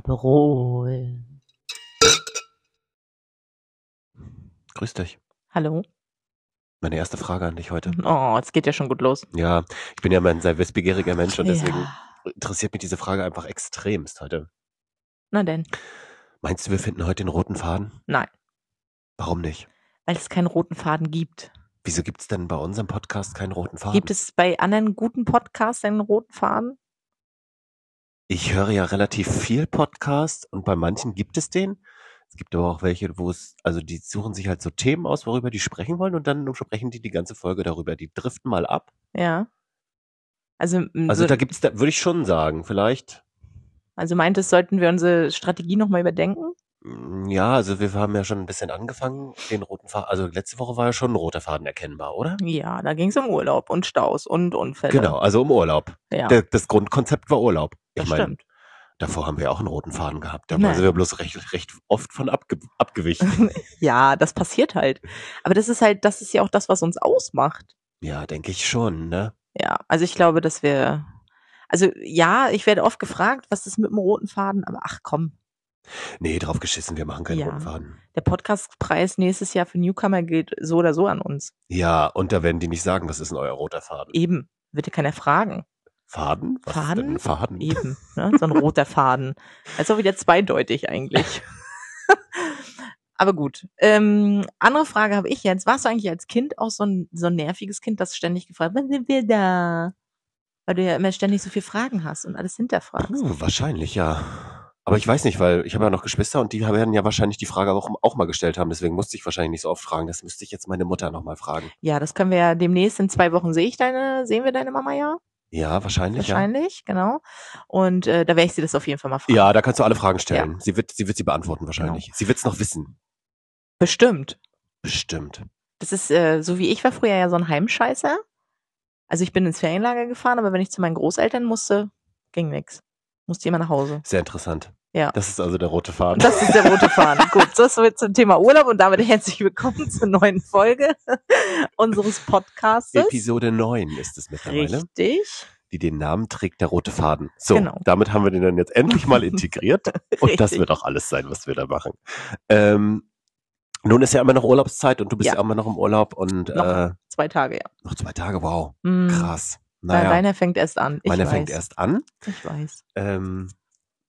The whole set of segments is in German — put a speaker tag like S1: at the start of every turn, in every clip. S1: Rhabarberol.
S2: Grüß dich.
S1: Hallo.
S2: Meine erste Frage an dich heute.
S1: Mhm. Oh, es geht ja schon gut los.
S2: Ja, ich bin ja mal ein sehr wissbegieriger Mensch und deswegen
S1: Ja.
S2: interessiert mich diese Frage einfach extremst heute.
S1: Na denn,
S2: Meinst du, wir finden heute den roten Faden?
S1: Nein.
S2: Warum nicht?
S1: weil es keinen roten Faden gibt.
S2: Wieso gibt's denn bei unserem Podcast keinen roten Faden?
S1: Gibt es bei anderen guten Podcasts einen roten Faden?
S2: Ich höre ja relativ viel Podcast und bei manchen gibt es den. Es gibt aber auch welche, wo es, also die suchen sich halt so Themen aus, worüber die sprechen wollen und dann sprechen die die ganze Folge darüber. Die driften mal ab.
S1: Ja. Also, m,
S2: Also
S1: so,
S2: da gibt's, da würde ich schon sagen, vielleicht,
S1: also meintest, sollten wir unsere Strategie nochmal überdenken?
S2: mm, ja, also wir haben ja schon ein bisschen angefangen, den roten Faden, also letzte Woche war ja schon ein roter Faden erkennbar, oder?
S1: Ja, da ging es um Urlaub und Staus und Unfälle.
S2: Genau, also um Urlaub.
S1: Ja,
S2: Der, das Grundkonzept war Urlaub. Ich
S1: das
S2: meine,
S1: stimmt.
S2: davor haben wir auch einen roten Faden gehabt. Da
S1: Nein.
S2: sind wir bloß recht, recht oft von abge abgewichen.
S1: Ja, das passiert halt. Aber das ist halt, das ist ja auch das, was uns ausmacht.
S2: ja, denke ich schon, ne?
S1: Ja, also ich glaube, dass wir, also ja, ich werde oft gefragt, was ist mit dem roten Faden, aber ach komm,
S2: Nee, drauf geschissen, wir machen keinen
S1: Ja.
S2: roten Faden.
S1: der Podcastpreis nächstes Jahr für Newcomer gilt so oder so an uns.
S2: Ja, und da werden die nicht sagen, was ist denn euer roter Faden?
S1: Eben, wird dir keiner fragen.
S2: Faden? Was Ist denn
S1: Faden?
S2: ein Faden?
S1: Eben, ne? so ein roter Faden. Also wieder zweideutig eigentlich. aber gut. Ähm, andere Frage habe ich jetzt. Warst du eigentlich als Kind auch so ein, so ein nerviges Kind, das ständig gefragt, wann sind wir da? Weil du ja immer ständig so viele Fragen hast und alles hinterfragst.
S2: Puh, wahrscheinlich, ja. Aber ich weiß nicht, weil ich habe ja noch Geschwister und die werden ja wahrscheinlich die Frage auch, auch mal gestellt haben. Deswegen musste ich wahrscheinlich nicht so oft fragen. Das müsste ich jetzt meine Mutter nochmal fragen.
S1: Ja, das können wir ja demnächst in zwei Wochen sehe ich deine, sehen wir deine Mama ja?
S2: Ja, wahrscheinlich,
S1: wahrscheinlich, genau. Und äh, da werde ich sie das auf jeden Fall mal fragen.
S2: ja. Ja, da kannst du alle Fragen stellen. Sie, wird, sie wird sie
S1: Genau.
S2: beantworten wahrscheinlich. Sie wird's noch wissen.
S1: Bestimmt.
S2: Bestimmt.
S1: Das ist, äh, so wie ich war früher ja so ein Heimscheißer. Also ich bin ins Ferienlager gefahren, aber wenn ich zu meinen Großeltern musste, ging nix. Musste immer nach Hause.
S2: Sehr interessant.
S1: Ja.
S2: Das ist also der rote
S1: Und
S2: Faden.
S1: das ist der rote Faden. Gut, das wird zum Thema Urlaub und damit herzlich willkommen zur neuen Folge unseres Podcastes.
S2: Episode ne? 9 ist es mittlerweile,
S1: Richtig.
S2: die den Namen trägt, der rote Faden. So,
S1: Genau.
S2: damit haben wir den dann jetzt endlich mal integriert. Und das
S1: Richtig.
S2: wird auch alles sein, was wir da machen. Ähm, nun ist ja immer noch Urlaubszeit und du bist ja,
S1: Ja.
S2: immer noch im Urlaub und
S1: Noch.
S2: äh,
S1: Zwei Tage, ja.
S2: noch zwei Tage, wow,
S1: Hm.
S2: krass.
S1: Naja.
S2: Naja,
S1: Deiner fängt erst an. Ich
S2: meiner
S1: weiß.
S2: fängt erst an.
S1: Ich weiß.
S2: Ähm,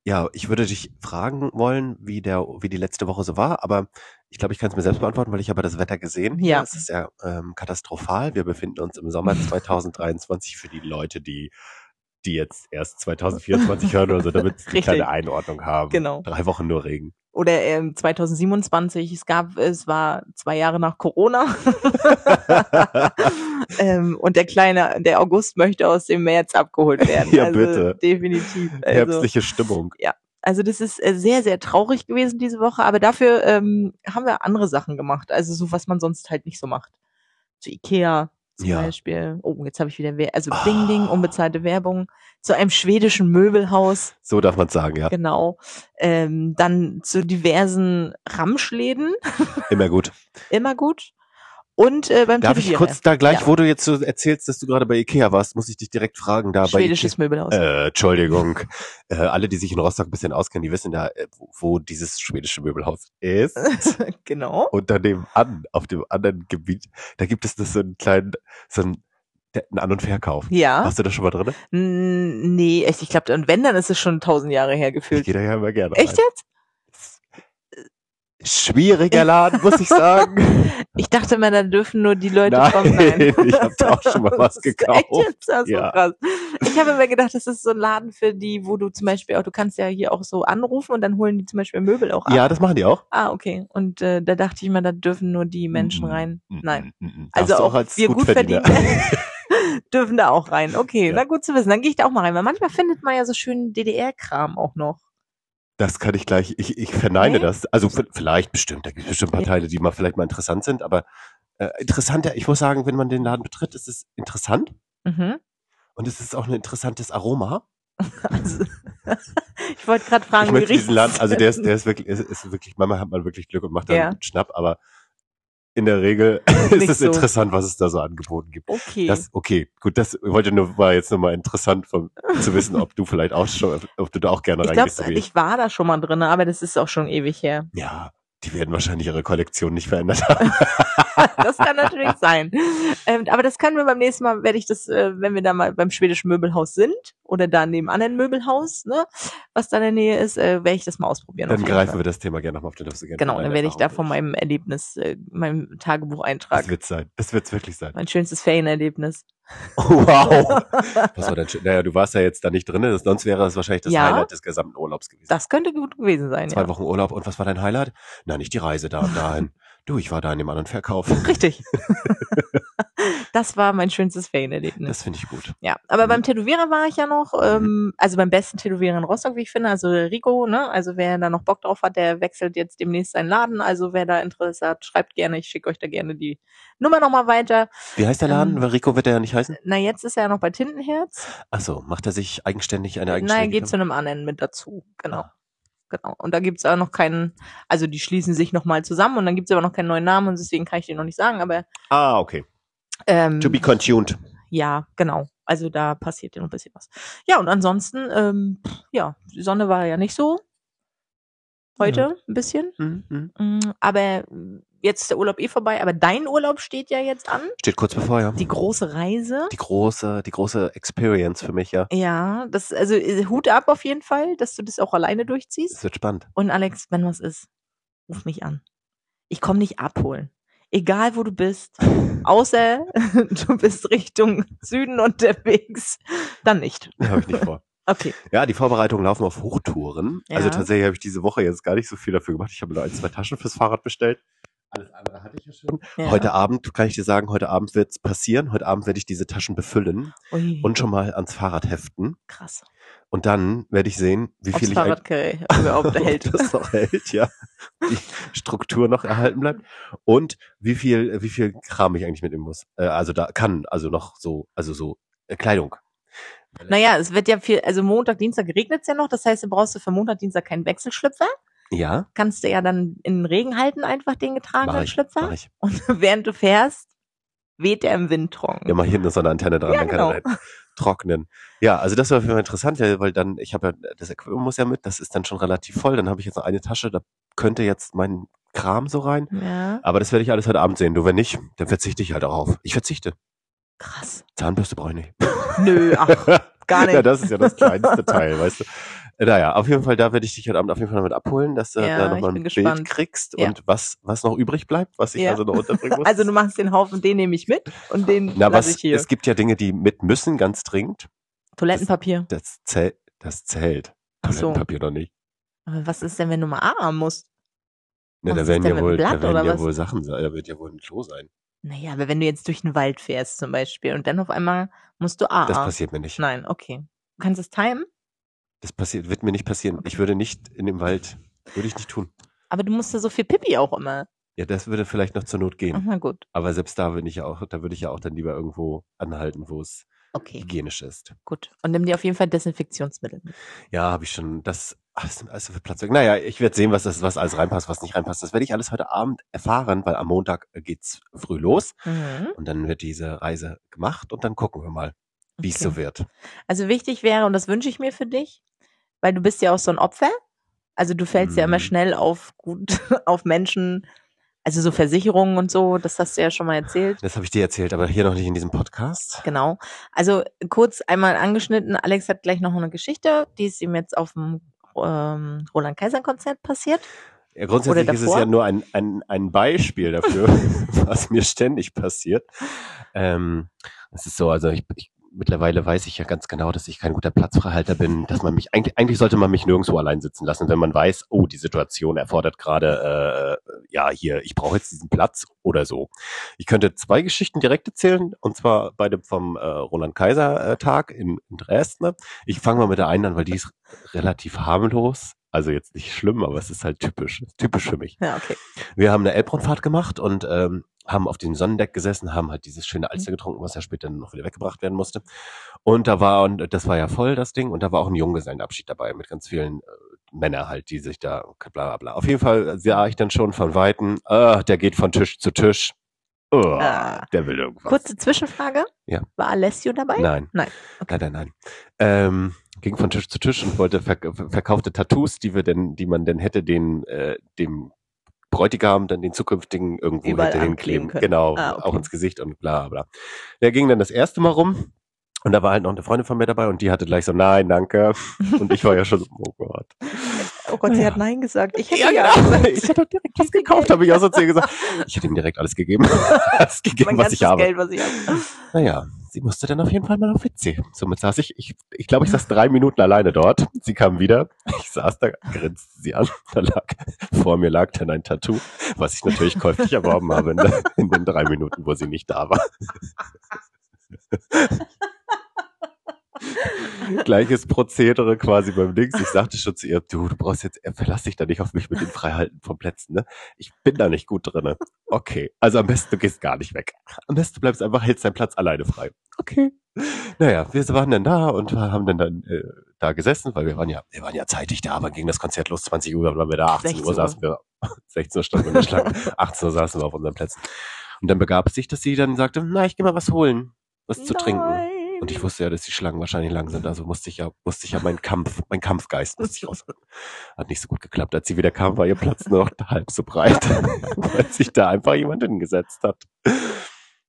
S2: ja, ich würde dich fragen wollen, wie, der, wie die letzte Woche so war, aber ich glaube, ich kann es mir selbst beantworten, weil ich habe das Wetter gesehen.
S1: Ja.
S2: Es ist ja ähm, katastrophal. Wir befinden uns im Sommer 2023 für die Leute, die, die jetzt erst 2024 hören oder so, damit sie eine
S1: Richtig.
S2: kleine Einordnung haben.
S1: Genau.
S2: Drei Wochen nur Regen.
S1: oder ähm, 2027. Es gab, es war zwei Jahre nach Corona. ähm, und der kleine, der August möchte aus dem März abgeholt werden.
S2: Ja,
S1: also,
S2: bitte.
S1: Definitiv. Also,
S2: Herbstliche Stimmung.
S1: also das ist äh, sehr, sehr traurig gewesen diese Woche, aber dafür ähm, haben wir andere Sachen gemacht. Also so, was man sonst halt nicht so macht. Zu Ikea zum
S2: Ja.
S1: Beispiel. Oh, jetzt habe ich wieder, Wer also
S2: Ah.
S1: Ding Ding, unbezahlte Werbung. Zu einem schwedischen Möbelhaus.
S2: So darf man sagen, ja.
S1: Genau. Ähm, dann zu diversen Ramschläden,
S2: Immer gut.
S1: immer gut. Und äh, beim
S2: Darf ich
S1: Tätowierer.
S2: kurz da gleich,
S1: Ja.
S2: wo du jetzt so erzählst, dass du gerade bei Ikea warst, muss ich dich direkt fragen, da bei Ikea.
S1: Schwedisches Möbelhaus.
S2: Äh, Entschuldigung. äh, alle, die sich in Rostock ein bisschen auskennen, die wissen da, äh, wo, wo dieses schwedische Möbelhaus ist.
S1: genau.
S2: Und daneben an, auf dem anderen Gebiet, da gibt es das so einen kleinen, so einen, der- einen An- und Verkauf.
S1: Ja.
S2: Warst du da schon mal drin?
S1: Mm, Nee, echt, ich glaube, und wenn, dann ist es schon tausend Jahre her
S2: Ich
S1: gefühlt.
S2: gehe da ja immer gerne
S1: Echt
S2: rein.
S1: jetzt?
S2: Schwieriger Laden, muss ich sagen.
S1: Ich dachte mal, da dürfen nur die Leute
S2: Nein,
S1: kommen.
S2: ich hab da auch schon mal was
S1: Das ist
S2: gekauft.
S1: Echt jetzt? Das ist so
S2: Ja.
S1: krass. Ich habe immer gedacht, das ist so ein Laden für die, wo du zum Beispiel auch, du kannst ja hier auch so anrufen und dann holen die zum Beispiel Möbel auch ab.
S2: ja, das machen die auch.
S1: Ah, okay. Und äh, da dachte ich mal, da dürfen nur die Menschen
S2: Mhm.
S1: rein. Nein.
S2: Mm, mm, mm.
S1: Also
S2: Darfst du
S1: auch, wir gut verdienen dürfen da auch rein. Okay,
S2: Ja.
S1: na gut zu wissen. Dann gehe ich da auch mal rein, weil manchmal findet man ja so schönen DDR-Kram auch noch.
S2: Das kann ich gleich, ich, ich verneine
S1: Nee?
S2: das. Also v- vielleicht bestimmt, da gibt es bestimmt ein paar
S1: Ja.
S2: Teile, die mal vielleicht mal interessant sind, aber äh, interessanter, ich muss sagen, wenn man den Laden betritt, ist es interessant
S1: Mhm.
S2: und es ist auch ein interessantes Aroma.
S1: Also, ich wollte gerade fragen,
S2: ich möchte
S1: wie
S2: diesen Laden,
S1: riecht's
S2: also der ist,
S1: denn?
S2: der ist wirklich, ist, ist wirklich, manchmal hat man wirklich Glück und macht dann
S1: Ja.
S2: einen guten Schnapp, aber in der Regel
S1: Nicht
S2: ist es
S1: so.
S2: interessant, was es da so angeboten gibt.
S1: Okay.
S2: Das, okay, gut, das wollte nur, war jetzt nur mal interessant vom, zu wissen, ob du vielleicht auch schon, ob du da auch gerne
S1: ich glaube,
S2: reingehst. Tobi.
S1: ich war da schon mal drin, aber das ist auch schon ewig her.
S2: ja, die werden wahrscheinlich ihre Kollektion nicht verändert haben.
S1: Das kann natürlich sein. Ähm, aber das können wir beim nächsten Mal, werde ich das, äh, wenn wir da mal beim schwedischen Möbelhaus sind oder da nebenan ein Möbelhaus, ne, was da in der Nähe ist, äh, werde ich das mal ausprobieren. auf
S2: Dann
S1: jeden
S2: greifen
S1: Fall.
S2: wir das Thema gerne nochmal auf, dann darfst du gerne
S1: Genau,
S2: von
S1: dann
S2: deiner
S1: werde ich da
S2: Erfahrung
S1: von meinem Erlebnis, äh, meinem Tagebuch
S2: Das
S1: eintragen.
S2: wird's sein. Das wird's wirklich sein.
S1: Mein schönstes Ferienerlebnis.
S2: Wow. Was war denn schön? Naja, du warst ja jetzt da nicht drin, das- sonst wäre es wahrscheinlich das
S1: Ja.
S2: Highlight des gesamten Urlaubs gewesen.
S1: Das könnte gut gewesen sein,
S2: Zwei
S1: ja.
S2: Wochen Urlaub und was war dein Highlight? Na, nicht die Reise da und dahin. Du, ich war da in dem anderen Verkauf.
S1: Richtig. das war mein schönstes Ferienerlebnis.
S2: Das finde ich gut.
S1: Ja, aber
S2: Mhm.
S1: beim Tätowierer war ich ja noch, ähm, also beim besten Tätowierer in Rostock, wie ich finde, also Rico, ne? Also wer da noch Bock drauf hat, der wechselt jetzt demnächst seinen Laden. Also wer da Interesse hat, schreibt gerne, ich schicke euch da gerne die Nummer nochmal weiter.
S2: Wie heißt der Laden?
S1: Ähm,
S2: Weil Rico wird er ja nicht heißen.
S1: Na, jetzt ist er ja noch bei Tintenherz.
S2: Achso, macht er sich eigenständig eine
S1: Na, er
S2: eigenständige?
S1: geht zu einem anderen mit dazu. Genau.
S2: Ah.
S1: Genau. Und da gibt's auch noch keinen, also die schließen sich nochmal zusammen und dann gibt's aber noch keinen neuen Namen und deswegen kann ich den noch nicht sagen, aber
S2: ah, okay.
S1: ähm,
S2: To be continued.
S1: ja, genau. Also da passiert ja noch ein bisschen was. Ja, und ansonsten, ähm, pff, ja, die Sonne war ja nicht so. Heute ein bisschen.
S2: Mhm.
S1: Mm, Aber mm, jetzt ist der Urlaub eh vorbei. Aber dein Urlaub steht ja jetzt an.
S2: Steht kurz bevor, ja.
S1: Die große Reise.
S2: Die große, die große Experience für mich, ja.
S1: Ja, das, also äh, Hut ab auf jeden Fall, dass du das auch alleine
S2: Es
S1: durchziehst.
S2: wird spannend.
S1: Und Alex, wenn was ist, ruf mich an. Ich komme nicht abholen. Egal wo du bist. Außer du bist Richtung Süden unterwegs. Dann nicht.
S2: Habe ich nicht vor.
S1: Okay.
S2: Ja, die Vorbereitungen laufen auf Hochtouren.
S1: Ja.
S2: Also tatsächlich habe ich diese Woche jetzt gar nicht so viel dafür gemacht. Ich habe nur ein, zwei Taschen fürs Fahrrad bestellt. Alles andere hatte ich ja schon.
S1: Ja.
S2: Heute Abend kann ich dir sagen, heute Abend wird's passieren. Heute Abend werde ich diese Taschen befüllen
S1: Ui,
S2: und schon mal ans Fahrrad heften.
S1: krass.
S2: Und dann werde ich sehen, wie
S1: Ob's
S2: viel ich
S1: Fahrrad überhaupt
S2: ob
S1: hält.
S2: das noch hält, ja. Die Struktur noch erhalten bleibt. Und wie viel, wie viel Kram ich eigentlich mitnehmen muss. Äh, also da kann, also noch so, also so äh, Kleidung.
S1: Naja, es wird ja viel, also Montag, Dienstag regnet's ja noch, das heißt, du brauchst du für Montag, Dienstag keinen Wechselschlüpfer.
S2: Ja,
S1: Kannst du ja dann in den Regen halten, einfach den
S2: mache
S1: getragenen
S2: ich,
S1: Schlüpfer.
S2: mach ich.
S1: Und während du fährst, weht er im Wind trocken.
S2: Ja, mal hinten ist so eine Antenne dran,
S1: Mhm. Ja,
S2: dann
S1: genau.
S2: kann er halt trocknen. Ja, also das war für mich interessant, ja, weil dann, ich habe ja, das Equipment muss ja mit, das ist dann schon relativ voll, dann habe ich jetzt noch eine Tasche, da könnte jetzt mein Kram so rein.
S1: ja,
S2: Aber das werde ich alles heute Abend sehen. Du, wenn nicht, dann verzichte ich halt auch auf. Ich verzichte.
S1: krass.
S2: Zahnbürste brauche ich nicht.
S1: Nö, ach, gar nicht.
S2: ja, das ist ja das kleinste Teil, weißt du. Naja, auf jeden Fall, da werde ich dich heute Abend auf jeden Fall damit abholen, dass du
S1: Ja,
S2: da
S1: ich
S2: nochmal
S1: bin
S2: ein
S1: gespannt.
S2: Bild kriegst
S1: Ja.
S2: und was, was noch übrig bleibt, was ich
S1: Ja.
S2: also noch unterbringen muss.
S1: also du machst den Haufen, den nehme ich mit und den
S2: Na,
S1: lasse
S2: was,
S1: ich hier.
S2: es gibt ja Dinge, die mit müssen, ganz dringend.
S1: Toilettenpapier.
S2: Das zählt. Das zählt.
S1: Ach so.
S2: Toilettenpapier noch nicht.
S1: Aber was ist denn, wenn du mal atmen musst?
S2: Ne,
S1: Was
S2: da
S1: ist
S2: werden
S1: denn
S2: ja
S1: mit
S2: wohl,
S1: Blatt
S2: da werden
S1: oder
S2: ja
S1: was?
S2: wohl Sachen sein. Da wird ja wohl ein Klo sein.
S1: Naja, aber wenn du jetzt durch den Wald fährst zum Beispiel und dann auf einmal musst du AA.
S2: Das passiert mir nicht.
S1: Nein, okay. Du kannst es timen,
S2: Das passiert, wird mir nicht passieren. Ich würde nicht in dem Wald, würde ich nicht tun.
S1: aber du musst ja so viel Pipi auch immer.
S2: Ja, das würde vielleicht noch zur Not
S1: Ach,
S2: gehen.
S1: Na gut,
S2: Aber selbst da würde ich ja auch, da würde ich ja auch dann lieber irgendwo anhalten, wo es
S1: okay,
S2: hygienisch ist.
S1: gut. Und nimm dir auf jeden Fall Desinfektionsmittel mit.
S2: Ja, habe ich schon. Das, ach, das nimmt alles so viel Platz weg. Naja, ich werde sehen, was das, was alles reinpasst, was nicht reinpasst. Das werde ich alles heute Abend erfahren, weil am Montag äh, geht's früh los
S1: Mhm.
S2: und dann wird diese Reise gemacht und dann gucken wir mal, wie es
S1: Okay.
S2: so wird.
S1: Also wichtig wäre, und das wünsche ich mir für dich, weil du bist ja auch so ein Opfer. Also du fällst ja immer
S2: Mhm.
S1: schnell auf gut, auf Menschen, also so Versicherungen und so, das hast du ja schon mal erzählt.
S2: Das habe ich dir erzählt, aber hier noch nicht in diesem Podcast.
S1: Genau. Also kurz einmal angeschnitten, Alex hat gleich noch eine Geschichte, die ist ihm jetzt auf dem ähm, Roland Kaiser Konzert passiert.
S2: Ja, grundsätzlich
S1: Oder
S2: ist es
S1: davor?
S2: ja nur ein, ein, ein Beispiel dafür, was mir ständig passiert. Ähm, es ist so, also ich, ich, mittlerweile weiß ich ja ganz genau, dass ich kein guter Platzfreihalter bin, dass man mich eigentlich, eigentlich sollte man mich nirgendwo allein sitzen lassen, wenn man weiß, oh, die Situation erfordert gerade, äh, ja, hier, ich brauche jetzt diesen Platz oder so. Ich könnte zwei Geschichten direkt erzählen, und zwar beide vom äh, Roland Kaiser äh, Tag in, in Dresden. Ich fange mal mit der einen an, weil die ist relativ harmlos. Also jetzt nicht schlimm, aber es ist halt typisch, typisch für mich.
S1: Ja, okay.
S2: Wir haben eine Elbronfahrt gemacht und ähm, haben auf dem Sonnendeck gesessen, haben halt dieses schöne Alster getrunken, was ja später dann noch wieder weggebracht werden musste. Und da war, und das war ja voll, das Ding, und da war auch ein Junggesellenabschied dabei mit ganz vielen äh, Männer halt, die sich da bla bla bla. Auf jeden Fall sah ich dann schon von Weitem, ah, der geht von Tisch zu Tisch. Oh,
S1: Ah.
S2: Der will irgendwas.
S1: Kurze Zwischenfrage.
S2: Ja.
S1: War Alessio dabei?
S2: Nein.
S1: Nein, okay.
S2: Leider nein. Ähm, ging von Tisch zu Tisch und wollte verk verkaufte Tattoos, die wir denn, die man denn hätte, den, äh, dem Bräutigam, dann den zukünftigen irgendwo
S1: Überall
S2: hätte
S1: ankleben
S2: hinkleben.
S1: können.
S2: Genau,
S1: Ah, okay.
S2: auch ins Gesicht und bla bla. Der ging dann das erste Mal rum und da war halt noch eine Freundin von mir dabei und die hatte gleich so, nein, danke. Und ich war ja schon so, oh Gott.
S1: Oh Gott, sie
S2: Ja.
S1: hat Nein gesagt. Ich hätte
S2: Ja,
S1: ja,
S2: genau.
S1: gesagt.
S2: Ich hätte direkt was gekauft, habe ich auch so zu ihr gesagt. Ich hätte ihm direkt alles gegeben. alles gegeben,
S1: mein
S2: was ich
S1: ganzes
S2: habe.
S1: Geld, was ich habe.
S2: Naja, sie musste dann auf jeden Fall mal auf WC. Somit saß ich, ich, ich glaube, ich saß drei Minuten alleine dort. Sie kam wieder. Ich saß da, grinste sie an. Da lag, vor mir lag dann ein Tattoo, was ich natürlich käuflich erworben habe in, der, in den drei Minuten, wo sie nicht da war. Gleiches Prozedere quasi beim Dings. Ich sagte schon zu ihr, du, du brauchst jetzt, verlass dich da nicht auf mich mit den Freiheiten vom Plätzen, ne? Ich bin da nicht gut drinne. Okay. Also am besten du gehst gar nicht weg. Am besten du bleibst einfach, hältst deinen Platz alleine frei. Okay. Naja, wir waren dann da und haben dann, dann äh, da gesessen, weil wir waren ja, wir waren ja zeitig da, wann ging das Konzert los? 20 Uhr, dann waren wir da, 18
S1: 16
S2: Uhr
S1: Uhr.
S2: saßen wir, 16 Uhr standen wir geschlagen, 18 Uhr saßen wir auf unseren Plätzen. Und dann begab es sich, dass sie dann sagte, na, ich geh mal was holen, was zu trinken.
S1: Nein.
S2: Und ich wusste ja, dass die Schlangen wahrscheinlich lang sind. Also musste ich ja, musste ich ja meinen Kampf, meinen Kampfgeist musste ich raus. Hat nicht so gut geklappt. Als sie wieder kam, war ihr Platz nur noch halb so breit, weil sich da einfach jemand hingesetzt hat.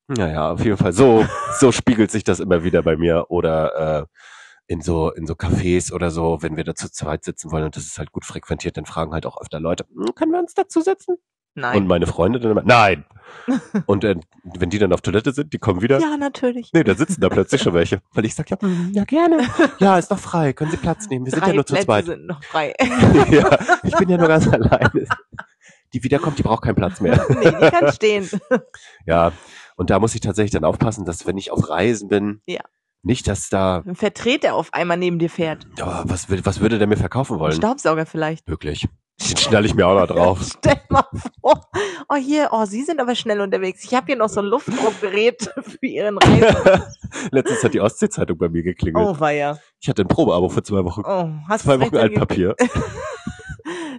S2: Naja, auf jeden Fall. So, so spiegelt sich das immer wieder bei mir oder äh, in so in so Cafés oder so, wenn wir da zu zweit sitzen wollen und das ist halt gut frequentiert, dann fragen halt auch öfter Leute, "Hm, können wir uns dazu setzen? Und
S1: Nein.
S2: meine Freunde dann immer, nein. Und äh, wenn die dann auf Toilette sind, die kommen wieder,
S1: Ja, natürlich.
S2: Nee, da sitzen da plötzlich schon welche. Weil ich sag, ja, mm, ja gerne. Ja, ist noch frei. Können Sie Platz nehmen? Wir sind
S1: Mhm. Drei
S2: ja nur zu
S1: Plätze
S2: zweit.
S1: sind noch frei.
S2: ja, ich bin ja nur ganz alleine. Die wiederkommt, die braucht keinen Platz mehr.
S1: nee, die kann stehen.
S2: Ja, und da muss ich tatsächlich dann aufpassen, dass wenn ich auf Reisen bin,
S1: Ja.
S2: nicht, dass da,
S1: Ein Vertreter auf einmal neben dir fährt.
S2: oh, was, will- was würde der mir verkaufen
S1: Ein
S2: wollen?
S1: Staubsauger vielleicht.
S2: Wirklich. Den schnalle ich mir auch noch drauf.
S1: Stell mal vor. Oh hier, oh, Sie sind aber schnell unterwegs. Ich habe hier noch so ein Luftdruckgerät für Ihren Reisen.
S2: Letztens hat die Ostsee-Zeitung bei mir geklingelt.
S1: Oh, weia.
S2: Ich hatte ein Probeabo für zwei Wochen.
S1: Oh, hast
S2: Zwei
S1: du's
S2: Wochen
S1: rechtzeitig-
S2: Altpapier.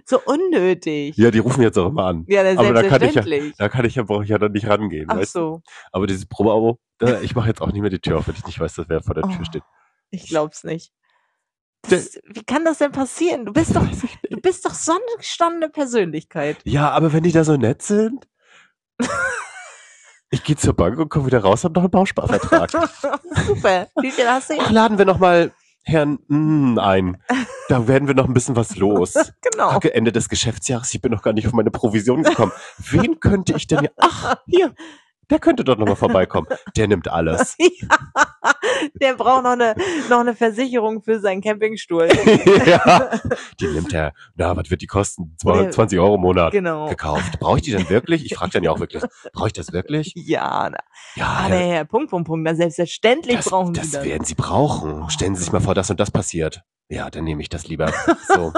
S1: So unnötig.
S2: Ja, die rufen jetzt auch immer an.
S1: Ja, das
S2: Aber da kann ich ja-
S1: selbstverständlich.
S2: Da kann ich ja, brauche ich ja dann nicht rangehen.
S1: Ach
S2: weißt du?
S1: so,
S2: Aber dieses Probeabo, da, ich mache jetzt auch nicht mehr die Tür auf, wenn ich nicht weiß, dass wer vor der
S1: Oh.
S2: Tür steht.
S1: ich glaub's nicht. Das, wie kann das denn passieren? Du bist doch, du bist doch so eine gestandene Persönlichkeit.
S2: Ja, aber wenn die da so nett sind. ich gehe zur Bank und komme wieder raus, habe noch einen Bausparvertrag.
S1: Super. Wie viel hast du?
S2: Ach, laden wir noch mal Herrn mm, ein. Da werden wir noch ein bisschen was los.
S1: Genau.
S2: Ach, Ende des Geschäftsjahres, ich bin noch gar nicht auf meine Provision gekommen. Wen könnte ich denn hier? Ach, hier. Der könnte doch noch mal vorbeikommen. Der nimmt alles.
S1: Der braucht noch eine, noch eine Versicherung für seinen Campingstuhl.
S2: ja, die nimmt er. Na, was wird die kosten? 220 Euro im Monat.
S1: Genau.
S2: gekauft. Brauche ich die denn wirklich? Ich frage dann ja auch wirklich, brauche ich das wirklich?
S1: Ja, na,
S2: Ja,
S1: aber
S2: ja,
S1: Herr, Punkt, Punkt, Punkt. Na, selbstverständlich
S2: das,
S1: brauchen
S2: das
S1: Sie das.
S2: werden sie brauchen. Stellen Sie sich mal vor, das und das passiert. Ja, dann nehme ich das lieber. So,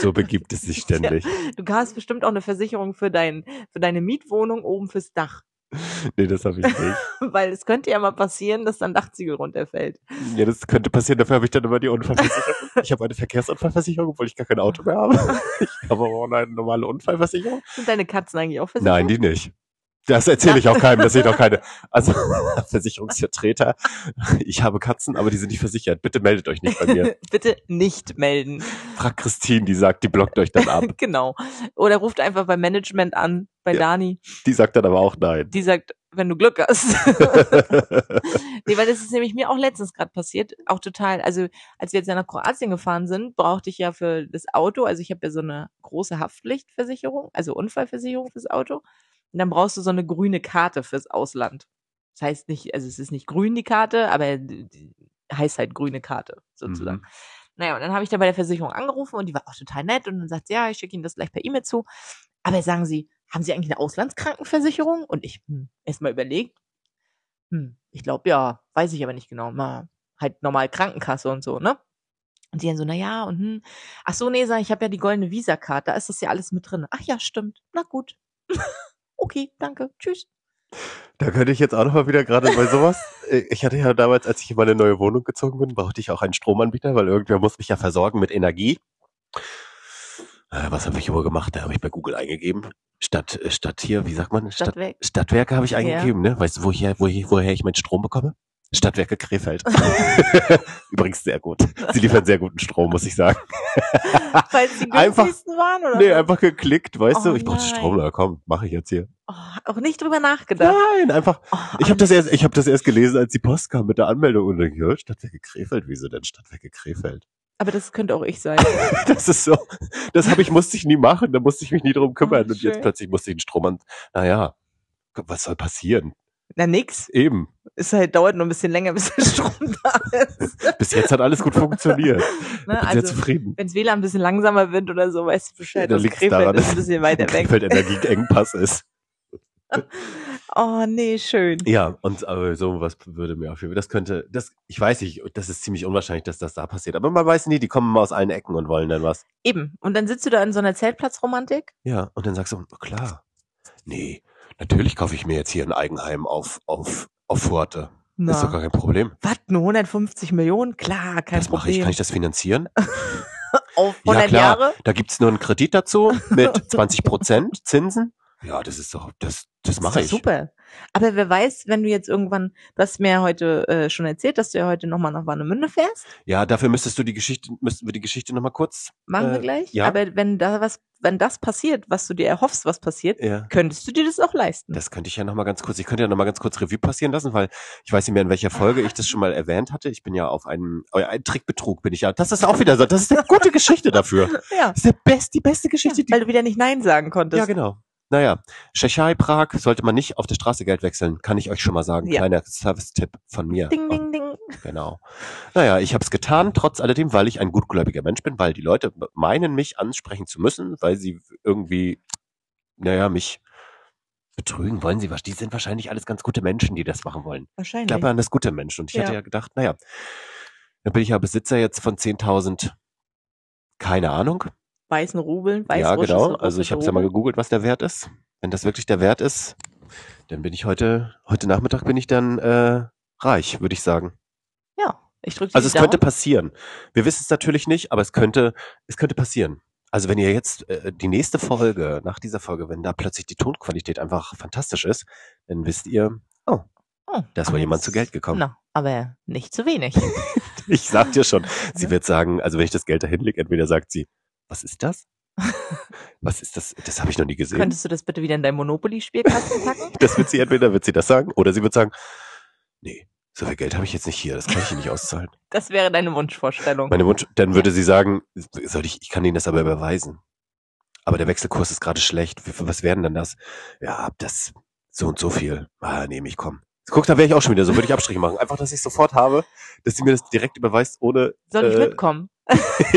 S2: so begibt es sich ständig.
S1: Du hast bestimmt auch eine Versicherung für, dein, für deine Mietwohnung oben fürs Dach.
S2: Nee, das habe ich nicht.
S1: Weil es könnte ja mal passieren, dass dein Dachziegel runterfällt.
S2: Ja, das könnte passieren. Dafür habe ich dann immer die Unfallversicherung. Ich habe eine Verkehrsunfallversicherung, obwohl ich gar kein Auto mehr habe. Ich habe aber auch eine normale Unfallversicherung.
S1: Sind deine Katzen eigentlich auch versichert?
S2: Nein, die nicht. Das erzähle ich auch keinem, dass ich noch keine. Also Versicherungsvertreter, ich habe Katzen, aber die sind nicht versichert. Bitte meldet euch nicht bei mir.
S1: Bitte nicht melden.
S2: Frag Christine, die sagt, die blockt euch dann ab.
S1: Genau. Oder ruft einfach beim Management an, bei
S2: Ja.
S1: Dani.
S2: Die sagt dann aber auch nein.
S1: Die sagt, wenn du Glück hast. nee, weil das ist nämlich mir auch letztens gerade passiert. Auch total. Also, als wir jetzt ja nach Kroatien gefahren sind, brauchte ich ja für das Auto, also ich habe ja so eine große Haftpflichtversicherung, also Unfallversicherung fürs Auto. Und dann brauchst du so eine grüne Karte fürs Ausland. Das heißt nicht, also es ist nicht grün die Karte, aber die die heißt halt grüne Karte sozusagen. Naja, und dann habe ich da bei der Versicherung angerufen und die war auch total nett und dann sagt sie, ja, ich schicke Ihnen das gleich per E-Mail zu. Aber sagen Sie, haben Sie eigentlich eine Auslandskrankenversicherung? Und ich hm, erstmal überlegt, hm, ich glaube ja, weiß ich aber nicht genau. Mal halt normal Krankenkasse und so, ne? Und die dann so, na ja, und hm, ach so, nee, sag, ich habe ja die goldene Visa-Karte, da ist das ja alles mit drin. Ach ja, stimmt. Na gut. okay, danke. Tschüss.
S2: Da könnte ich jetzt auch nochmal wieder gerade bei sowas. äh, Ich hatte ja damals, als ich in meine neue Wohnung gezogen bin, brauchte ich auch einen Stromanbieter, weil irgendwer muss mich ja versorgen mit Energie. Äh, was habe ich immer gemacht? Da habe ich bei Google eingegeben. Stadt, äh, Stadt hier, wie sagt man? Stadt,
S1: Stadtwerk.
S2: Stadtwerke habe ich eingegeben, ne? Weißt du, wo ich, her- wo ich, woher ich meinen Strom bekomme? Stadtwerke Krefeld. Übrigens sehr gut. Sie liefern sehr guten Strom, muss ich sagen.
S1: Weil es die
S2: Einfach-
S1: günstigsten waren, oder?
S2: Nee,
S1: was?
S2: einfach geklickt, weißt
S1: Oh
S2: du? Ich brauchte
S1: nein.
S2: Strom, na komm, mache ich jetzt hier.
S1: oh, auch nicht drüber nachgedacht.
S2: Nein, einfach.
S1: Oh,
S2: Ich habe das erst, ich habe das erst gelesen, als die Post kam mit der Anmeldung und denke, ja, Stadtwerke Krefeld, wieso denn Stadtwerke Krefeld?
S1: aber das könnte auch ich sein.
S2: Das ist so, das habe ich musste ich nie machen, da musste ich mich nie drum kümmern
S1: Ah,
S2: und
S1: schön.
S2: jetzt plötzlich musste ich den Strom an. Naja, was soll passieren?
S1: Na nix.
S2: Eben.
S1: Es halt, dauert nur ein bisschen länger, bis der Strom da ist.
S2: Bis jetzt hat alles gut funktioniert.
S1: Ne?
S2: Ich bin sehr
S1: Also,
S2: zufrieden.
S1: wenn WLAN ein bisschen langsamer wird oder so, weißt du Bescheid.
S2: Ja, da
S1: dass
S2: liegt's
S1: Krefeld
S2: daran,
S1: ist
S2: dass-
S1: ein bisschen weiter weg.
S2: Krefeld Energieengpass ist.
S1: Oh, nee, schön.
S2: Ja, und aber so was würde mir auf jeden Fall, das könnte, das, ich weiß nicht, das ist ziemlich unwahrscheinlich, dass das da passiert. Aber man weiß nie, die kommen mal aus allen Ecken und wollen dann was.
S1: Eben. Und dann sitzt du da in so einer Zeltplatzromantik.
S2: Ja, und dann sagst du, oh, klar, nee, natürlich kaufe ich mir jetzt hier ein Eigenheim auf, auf, auf Horte. Ist doch
S1: Na,
S2: gar kein Problem.
S1: was, nur 150 Millionen? Klar, kein
S2: das mache ich,
S1: Problem.
S2: kann ich das finanzieren?
S1: Auf
S2: Ja,
S1: 100
S2: klar.
S1: Jahre?
S2: Da gibt's nur einen Kredit dazu mit 20 Prozent Zinsen. Ja, das ist doch, das, das mache
S1: ist
S2: ich.
S1: doch Super. Aber wer weiß, wenn du jetzt irgendwann, du hast mir ja heute äh, schon erzählt, dass du ja heute nochmal nach Warnemünde fährst.
S2: Ja, dafür müsstest du die Geschichte, müssten wir die Geschichte nochmal kurz.
S1: Machen wir
S2: Äh,
S1: gleich.
S2: ja.
S1: Aber wenn da was, wenn das passiert, was du dir erhoffst, was passiert,
S2: Ja.
S1: könntest du dir das auch leisten.
S2: Das könnte ich ja nochmal ganz kurz, ich könnte ja nochmal ganz kurz Revue passieren lassen, weil ich weiß nicht mehr, in welcher Folge ich das schon mal erwähnt hatte. Ich bin ja auf einen, oh ja, ein Trickbetrug bin ich ja. Das ist auch wieder so, das ist eine gute Geschichte dafür.
S1: ja.
S2: Das ist der best, die beste Geschichte, die
S1: Weil du wieder nicht Nein sagen konntest.
S2: Ja, genau. Naja, Tschechei, Prag sollte man nicht auf der Straße Geld wechseln, kann ich euch schon mal sagen.
S1: Ja.
S2: Kleiner Service-Tipp von mir.
S1: Ding, ding, ding.
S2: Und genau. Naja, ich habe es getan, trotz alledem, weil ich ein gutgläubiger Mensch bin, weil die Leute meinen, mich ansprechen zu müssen, weil sie irgendwie, naja, mich betrügen wollen sie was. Die sind wahrscheinlich alles ganz gute Menschen, die das machen wollen. Ich
S1: Wahrscheinlich.
S2: glaube an das gute Mensch. Und ich hatte
S1: Ja.
S2: ja gedacht, naja, dann bin ich ja Besitzer jetzt von 10.000, keine Ahnung
S1: Weißen Rubeln, weiß
S2: ja, genau. Also ich habe es ja mal gegoogelt, was der Wert ist. Wenn das wirklich der Wert ist, dann bin ich heute, heute Nachmittag bin ich dann äh, reich, würde ich sagen.
S1: Ja, ich drücke
S2: Also es könnte passieren. Wir wissen es natürlich nicht, aber es könnte, es könnte passieren. Also wenn ihr jetzt äh, die nächste Folge, nach dieser Folge, wenn da plötzlich die Tonqualität einfach fantastisch ist, dann wisst ihr,
S1: oh,
S2: dass
S1: aber
S2: war jemand
S1: jetzt-
S2: zu Geld gekommen.
S1: Na, aber nicht zu wenig.
S2: Ich sag dir schon, sie wird sagen, also wenn ich das Geld dahin lege, entweder sagt sie, was ist das? Was ist das? Das habe ich noch nie gesehen.
S1: Könntest du das bitte wieder in dein Monopoly-Spielkasten packen?
S2: Das wird sie entweder wird sie das sagen oder sie wird sagen, nee, so viel Geld habe ich jetzt nicht hier, das kann ich Ihnen nicht auszahlen.
S1: Das wäre deine Wunschvorstellung.
S2: Meine Wunsch, dann würde sie sagen, soll ich, ich kann Ihnen das aber überweisen. Aber der Wechselkurs ist gerade schlecht. Wie- Für was werden denn das? Ja, das so und so viel. Ah, nehme ich, komm. Guck, da wäre ich auch schon wieder so, würde ich Abstriche machen. Einfach, dass ich sofort habe, dass sie mir das direkt überweist, ohne
S1: Soll ich
S2: äh,
S1: mitkommen? Ich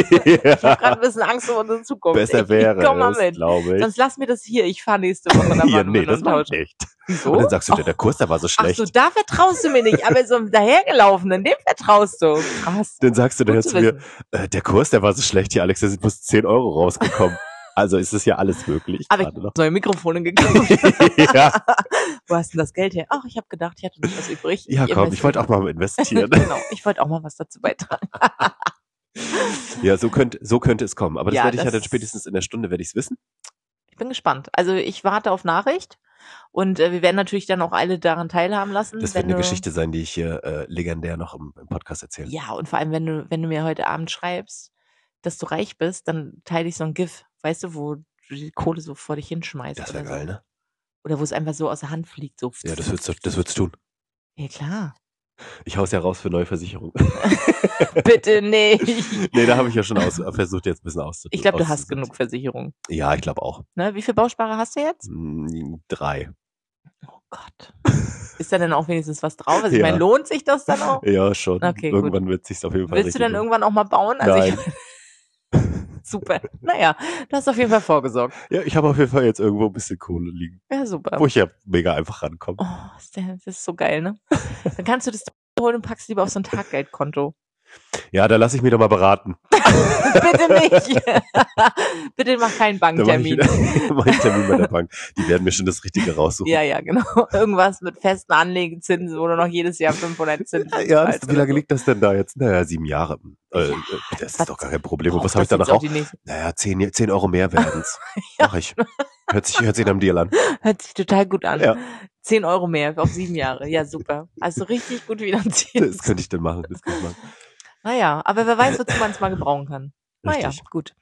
S1: habe gerade ein bisschen Angst um unsere Zukunft.
S2: besser
S1: ich,
S2: wäre
S1: Ich komm mal
S2: es,
S1: mit.
S2: glaube ich.
S1: Sonst lass mir das hier. Ich fahre nächste Woche nach
S2: ja,
S1: Baden
S2: nee, das mache ich
S1: tauschen.
S2: nicht.
S1: Wieso?
S2: Und dann sagst du, dir, der Kurs, der war so
S1: Ach
S2: schlecht.
S1: so, da vertraust du mir nicht. Aber so einem dahergelaufenen, dem vertraust du. Krass.
S2: Dann sagst du
S1: Gut
S2: dann
S1: zu
S2: zu mir,
S1: wissen.
S2: äh, der Kurs, der war so schlecht hier, Alex, da sind bloß 10 Euro rausgekommen. Also ist es ja alles möglich.
S1: Aber ich
S2: gerade noch.
S1: habe neue Mikrofone gekauft.
S2: ja,
S1: Wo hast denn das Geld her? Ach, ich habe gedacht, ich hatte noch was übrig.
S2: ja, komm, ich wollte auch mal investieren.
S1: genau, ich wollte auch mal was dazu beitragen.
S2: ja, so könnte, so könnte es kommen. Aber das
S1: Ja,
S2: werde ich ja
S1: das-
S2: dann spätestens in der Stunde werde ich es wissen.
S1: Ich bin gespannt. Also ich warte auf Nachricht und äh, wir werden natürlich dann auch alle daran teilhaben lassen.
S2: Das wird
S1: Hm, wenn
S2: eine
S1: du-
S2: Geschichte sein, die ich hier äh, legendär noch im, im Podcast erzähle.
S1: Ja, und vor allem, wenn du, wenn du mir heute Abend schreibst, dass du reich bist, dann teile ich so ein GIF, weißt du, wo du die Kohle so vor dich hinschmeißt.
S2: das wäre
S1: oder so.
S2: geil, ne?
S1: Oder wo es einfach so aus der Hand fliegt. So.
S2: Ja, das wird's, das wird's tun.
S1: ja klar.
S2: Ich hau's ja raus für neue Versicherungen.
S1: Bitte nicht.
S2: nee, da habe ich ja schon aus, äh, versucht, jetzt ein bisschen auszu.
S1: Ich glaube, du hast
S2: auszusortieren.
S1: genug Versicherung.
S2: Ja, ich glaube auch.
S1: Ne? Wie viel Bausparer hast du jetzt?
S2: Hm, Drei.
S1: Oh Gott. Ist da denn auch wenigstens was drauf? Also ich
S2: Ja.
S1: meine, lohnt sich das dann auch?
S2: Ja, schon.
S1: Okay, gut.
S2: irgendwann wird sich's auf jeden Fall
S1: Willst du
S2: richtig
S1: dann irgendwann auch mal bauen? Also
S2: Nein.
S1: Ich, super. Naja, du hast auf jeden Fall vorgesorgt.
S2: Ja, ich habe auf jeden Fall jetzt irgendwo ein bisschen Kohle liegen,
S1: Ja, super.
S2: wo ich ja mega einfach rankomme.
S1: Oh, ist der- das ist so geil, ne? Dann kannst du das holen und packst lieber auf so ein Taggeldkonto.
S2: Ja, da lasse ich mich doch mal beraten.
S1: Bitte nicht. Bitte mach keinen
S2: Da mache
S1: Banktermin.
S2: ich wieder meinen Termin bei der Bank. Die werden mir schon das Richtige raussuchen.
S1: Ja, ja, genau. Irgendwas mit festen Anlegezinsen, wo du noch jedes Jahr 500 Zinsen
S2: Ja,
S1: zahlst
S2: das,
S1: oder
S2: wie lange
S1: also so.
S2: liegt das denn da jetzt? Naja, sieben Jahre. Äh,
S1: Ja,
S2: das ist
S1: was-
S2: doch gar kein Problem. Und
S1: Ob
S2: was habe ich
S1: Oh, das jetzt
S2: danach
S1: auch
S2: auch?
S1: die nächsten-
S2: Naja, zehn, zehn Euro mehr werden's.
S1: Ja.
S2: Mach ich. Hört sich, hört sich nach einem Deal an.
S1: Hört sich total gut an.
S2: Ja.
S1: 10 Euro mehr auf sieben Jahre. Ja, super. Also richtig gut finanziert.
S2: Das könnte ich denn machen. Das könnte ich machen.
S1: Naja, aber wer weiß, wozu man es mal gebrauchen kann. Naja,
S2: Richtig.
S1: gut.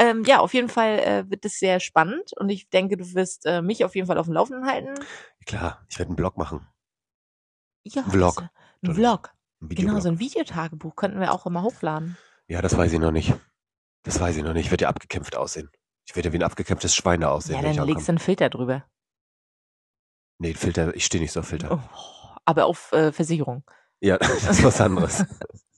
S1: Ähm, ja, auf jeden Fall äh, wird es sehr spannend und ich denke, du wirst äh, mich auf jeden Fall auf dem Laufenden halten.
S2: Klar, ich werde einen Blog machen.
S1: Ja,
S2: Vlog.
S1: also Ein Vlog.
S2: Ein
S1: Genau,
S2: Videoblog.
S1: so ein Videotagebuch könnten wir auch immer hochladen.
S2: Ja, das weiß ich noch nicht. Das weiß ich noch nicht. Ich werde ja abgekämpft aussehen. Ich werde ja wie ein abgekämpftes Schwein da aussehen.
S1: Ja,
S2: wenn ich
S1: dann legst du
S2: ankomme.
S1: einen Filter drüber.
S2: Nee, Filter, ich stehe nicht so auf Filter.
S1: Oh, aber auf äh, Versicherung.
S2: Ja, das ist was anderes.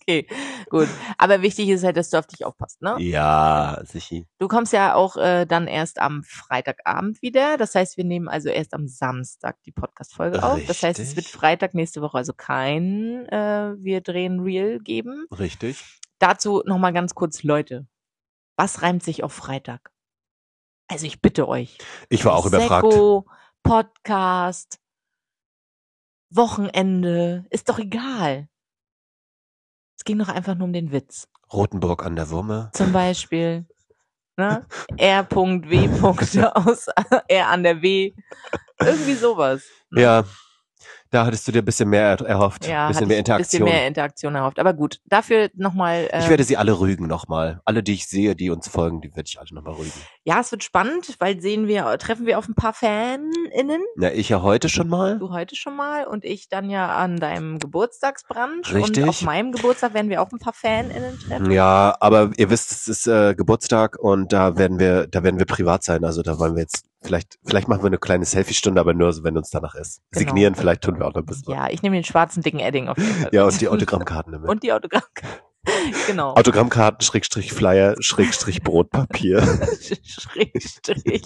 S1: Okay, gut. Aber wichtig ist halt, dass du auf dich aufpasst, ne?
S2: ja, sicher.
S1: Du kommst ja auch äh, dann erst am Freitagabend wieder. Das heißt, wir nehmen also erst am Samstag die Podcast-Folge auf. Das heißt, es wird
S2: Richtig.
S1: Freitag nächste Woche also kein äh, Wir drehen Real geben.
S2: Richtig.
S1: Dazu nochmal ganz kurz, Leute. Was reimt sich auf Freitag? Also ich bitte euch.
S2: Ich war auch überfragt.
S1: Prosecco, Podcast, Wochenende, ist doch egal. Es ging doch einfach nur um den Witz.
S2: Rotenburg an der Wurme.
S1: Zum Beispiel, ne? R.W. aus R an der W. Irgendwie sowas. ne?
S2: Ja, da hattest du dir ein bisschen mehr er- erhofft.
S1: ja
S2: ein bisschen
S1: hatte
S2: mehr
S1: ich ein
S2: Interaktion.
S1: bisschen mehr Interaktion erhofft. Aber gut, dafür nochmal.
S2: ich
S1: Äh,
S2: werde sie alle rügen nochmal. Alle, die ich sehe, die uns folgen, die werde ich alle nochmal rügen.
S1: ja, es wird spannend, weil sehen wir, treffen wir auf ein paar FanInnen.
S2: Na, ich ja heute schon mal.
S1: Du heute schon mal und ich dann ja an deinem Geburtstagsbrunch. Und auf
S2: Richtig. Mhm.
S1: meinem Geburtstag werden wir auch ein paar FanInnen treffen.
S2: Ja, aber ihr wisst, es ist äh, Geburtstag und da werden wir, da werden wir privat sein. Also da wollen wir jetzt vielleicht, vielleicht machen wir eine kleine Selfie-Stunde, aber nur, so, wenn uns danach ist.
S1: Genau.
S2: Signieren, vielleicht tun wir auch noch ein bisschen.
S1: Ja, ich nehme den schwarzen dicken Edding auf jeden Fall.
S2: Ja, und die Autogrammkarten damit.
S1: Und die Autogrammkarte. genau.
S2: Autogrammkarten, Schrägstrich Flyer, Schrägstrich Brotpapier.
S1: Schrägstrich.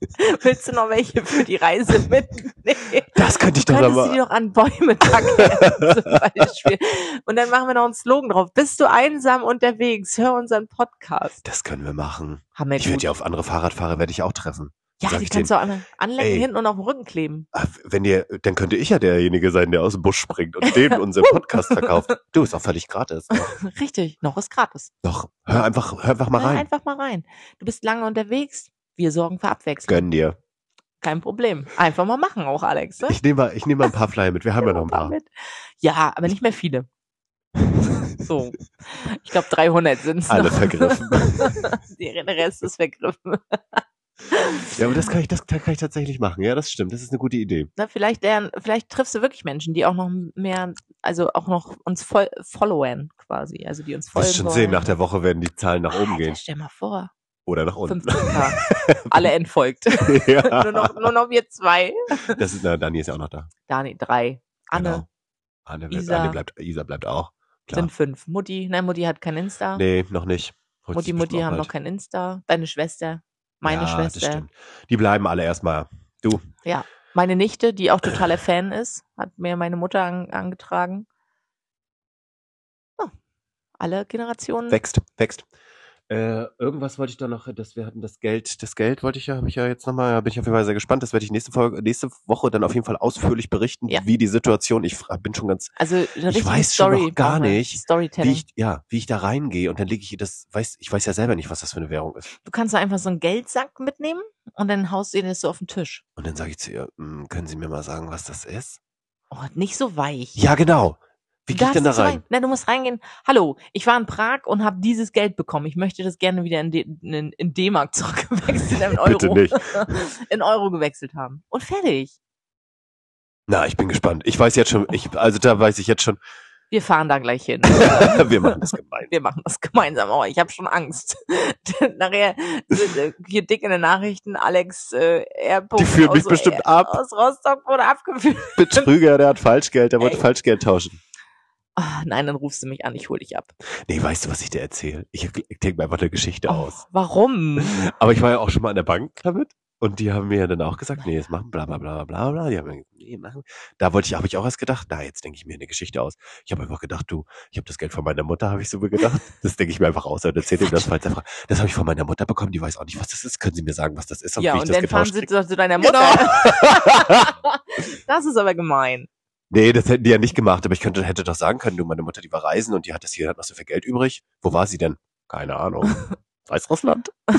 S1: Willst du noch welche für die Reise mitnehmen?
S2: Das könnte ich doch noch
S1: Könntest du die
S2: mal.
S1: doch an Bäume tackern, zum Beispiel. Und dann machen wir noch einen Slogan drauf. Bist du einsam unterwegs? Hör unseren Podcast.
S2: Das können wir machen.
S1: Haben wir
S2: Ich werde
S1: gut.
S2: ja auf andere Fahrradfahrer werde ich auch treffen.
S1: Ja,
S2: sag
S1: die
S2: ich
S1: kannst du auch an- anlenken
S2: Ey.
S1: hinten und auf den Rücken kleben.
S2: Ah, Wenn ihr, dann könnte ich ja derjenige sein, der aus dem Busch springt und dem unseren Podcast verkauft. Du, ist auch völlig gratis.
S1: Richtig, noch ist gratis.
S2: Doch, hör einfach, hör einfach mal
S1: Hör
S2: rein.
S1: Ne, einfach mal rein. Du bist lange unterwegs. Wir sorgen für Abwechslung.
S2: Gönn dir.
S1: Kein Problem. Einfach mal machen auch, Alex. Ne?
S2: Ich nehme mal, ich nehme mal ein paar Flyer mit. Wir haben ja noch ein paar.
S1: Mit. Ja, aber nicht mehr viele. So. Ich glaube, 300 sind's
S2: Alle
S1: noch.
S2: vergriffen.
S1: Der Rest ist vergriffen.
S2: Ja, aber das kann ich, das kann ich tatsächlich machen. Ja, das stimmt. Das ist eine gute Idee.
S1: Na, vielleicht, lernen, vielleicht triffst du wirklich Menschen, die auch noch mehr, also auch noch uns fol followen quasi. Also die uns
S2: Du
S1: folgen.
S2: wirst schon
S1: wollen.
S2: sehen, nach der Woche werden die Zahlen nach oben
S1: Alter,
S2: gehen.
S1: Stell mal vor.
S2: Oder nach unten.
S1: 15k. Alle entfolgt. nur,
S2: ja.
S1: noch, nur noch wir zwei.
S2: Das ist, na, Dani ist ja auch noch da.
S1: Dani, drei. Anne
S2: Genau. Anne, bleibt,
S1: Isa.
S2: Anne bleibt, Isa bleibt auch. Klar.
S1: sind fünf. Mutti, nein, Mutti hat kein Insta.
S2: Nee, noch nicht. Holt
S1: Mutti,
S2: sich
S1: Mutti
S2: bestimmt auch
S1: haben
S2: bald.
S1: noch kein Insta. Deine Schwester, meine
S2: ja, Das
S1: Schwester,
S2: stimmt. Die bleiben alle erstmal. Du,
S1: meine Nichte, die auch totaler Fan ist, hat mir meine Mutter an, angetragen. Oh, alle Generationen.
S2: wächst, wächst. Äh, irgendwas wollte ich da noch, dass wir hatten das Geld, das Geld wollte ich ja, habe ich ja jetzt nochmal, bin ich auf jeden Fall sehr gespannt. Das werde ich nächste Folge, nächste Woche dann auf jeden Fall ausführlich berichten,
S1: Ja.
S2: wie die Situation. Ich fra- bin schon ganz,
S1: Also eine richtige
S2: weiß schon
S1: Story
S2: noch gar
S1: brauchen wir.
S2: nicht, wie
S1: Storytelling.
S2: ich, ja, wie ich da reingehe und dann lege ich ihr das, weiß, ich weiß ja selber nicht, was das für eine Währung ist.
S1: Du kannst da einfach so einen Geldsack mitnehmen und dann haust du dir das so auf den Tisch.
S2: Und dann sage ich zu ihr, "Hm, können Sie mir mal sagen, was das ist?
S1: Oh, nicht so weich.
S2: Ja, genau. Wie gehe ich denn da rein?
S1: Na, du musst reingehen. Hallo, ich war in Prag und habe dieses Geld bekommen. Ich möchte das gerne wieder in, D- in, in D-Mark zurückgewechselt, in Euro.
S2: Bitte nicht.
S1: in Euro gewechselt haben. Und fertig.
S2: Na, ich bin gespannt. Ich weiß jetzt schon, ich, also da weiß ich jetzt schon,
S1: Wir fahren da gleich hin.
S2: wir machen das gemeinsam.
S1: Wir machen das gemeinsam. Oh, ich habe schon Angst. Denn Nachher sind, äh, hier dick in den Nachrichten, Alex äh, R.
S2: Die führen mich
S1: aus,
S2: bestimmt
S1: äh,
S2: ab.
S1: Aus Rostock wurde abgeführt.
S2: Betrüger, der hat Falschgeld, der wollte
S1: Ey.
S2: Falschgeld tauschen.
S1: Ah, nein, dann rufst du mich an, ich hol dich ab.
S2: Nee, weißt du, was ich dir erzähle? Ich, ich denke mir einfach eine Geschichte
S1: Oh,
S2: aus.
S1: warum?
S2: Aber ich war ja auch schon mal an der Bank damit. Und die haben mir ja dann auch gesagt, nee, das machen bla bla bla bla bla. Die haben mir gesagt, nee, machen. Da wollte ich, habe ich auch erst gedacht, na, jetzt denke ich mir eine Geschichte aus. Ich habe einfach gedacht, du, ich habe das Geld von meiner Mutter, habe ich so mir gedacht. Das denke ich mir einfach aus und erzähle ihm das, falls er fragt. Das habe ich von meiner Mutter bekommen, die weiß auch nicht, was das ist. Können Sie mir sagen, was das ist und
S1: ja,
S2: wie ich
S1: und
S2: das Genau.
S1: dann fahren
S2: getauscht
S1: sie
S2: kriege?
S1: zu zu deiner Mutter. das ist aber gemein.
S2: Nee, das hätten die ja nicht gemacht, aber ich könnte, hätte doch sagen können, du, meine Mutter, die war reisen und die hat das hier, hat noch so viel Geld übrig. Wo war sie denn? Keine Ahnung. Weißrussland?
S1: Äh,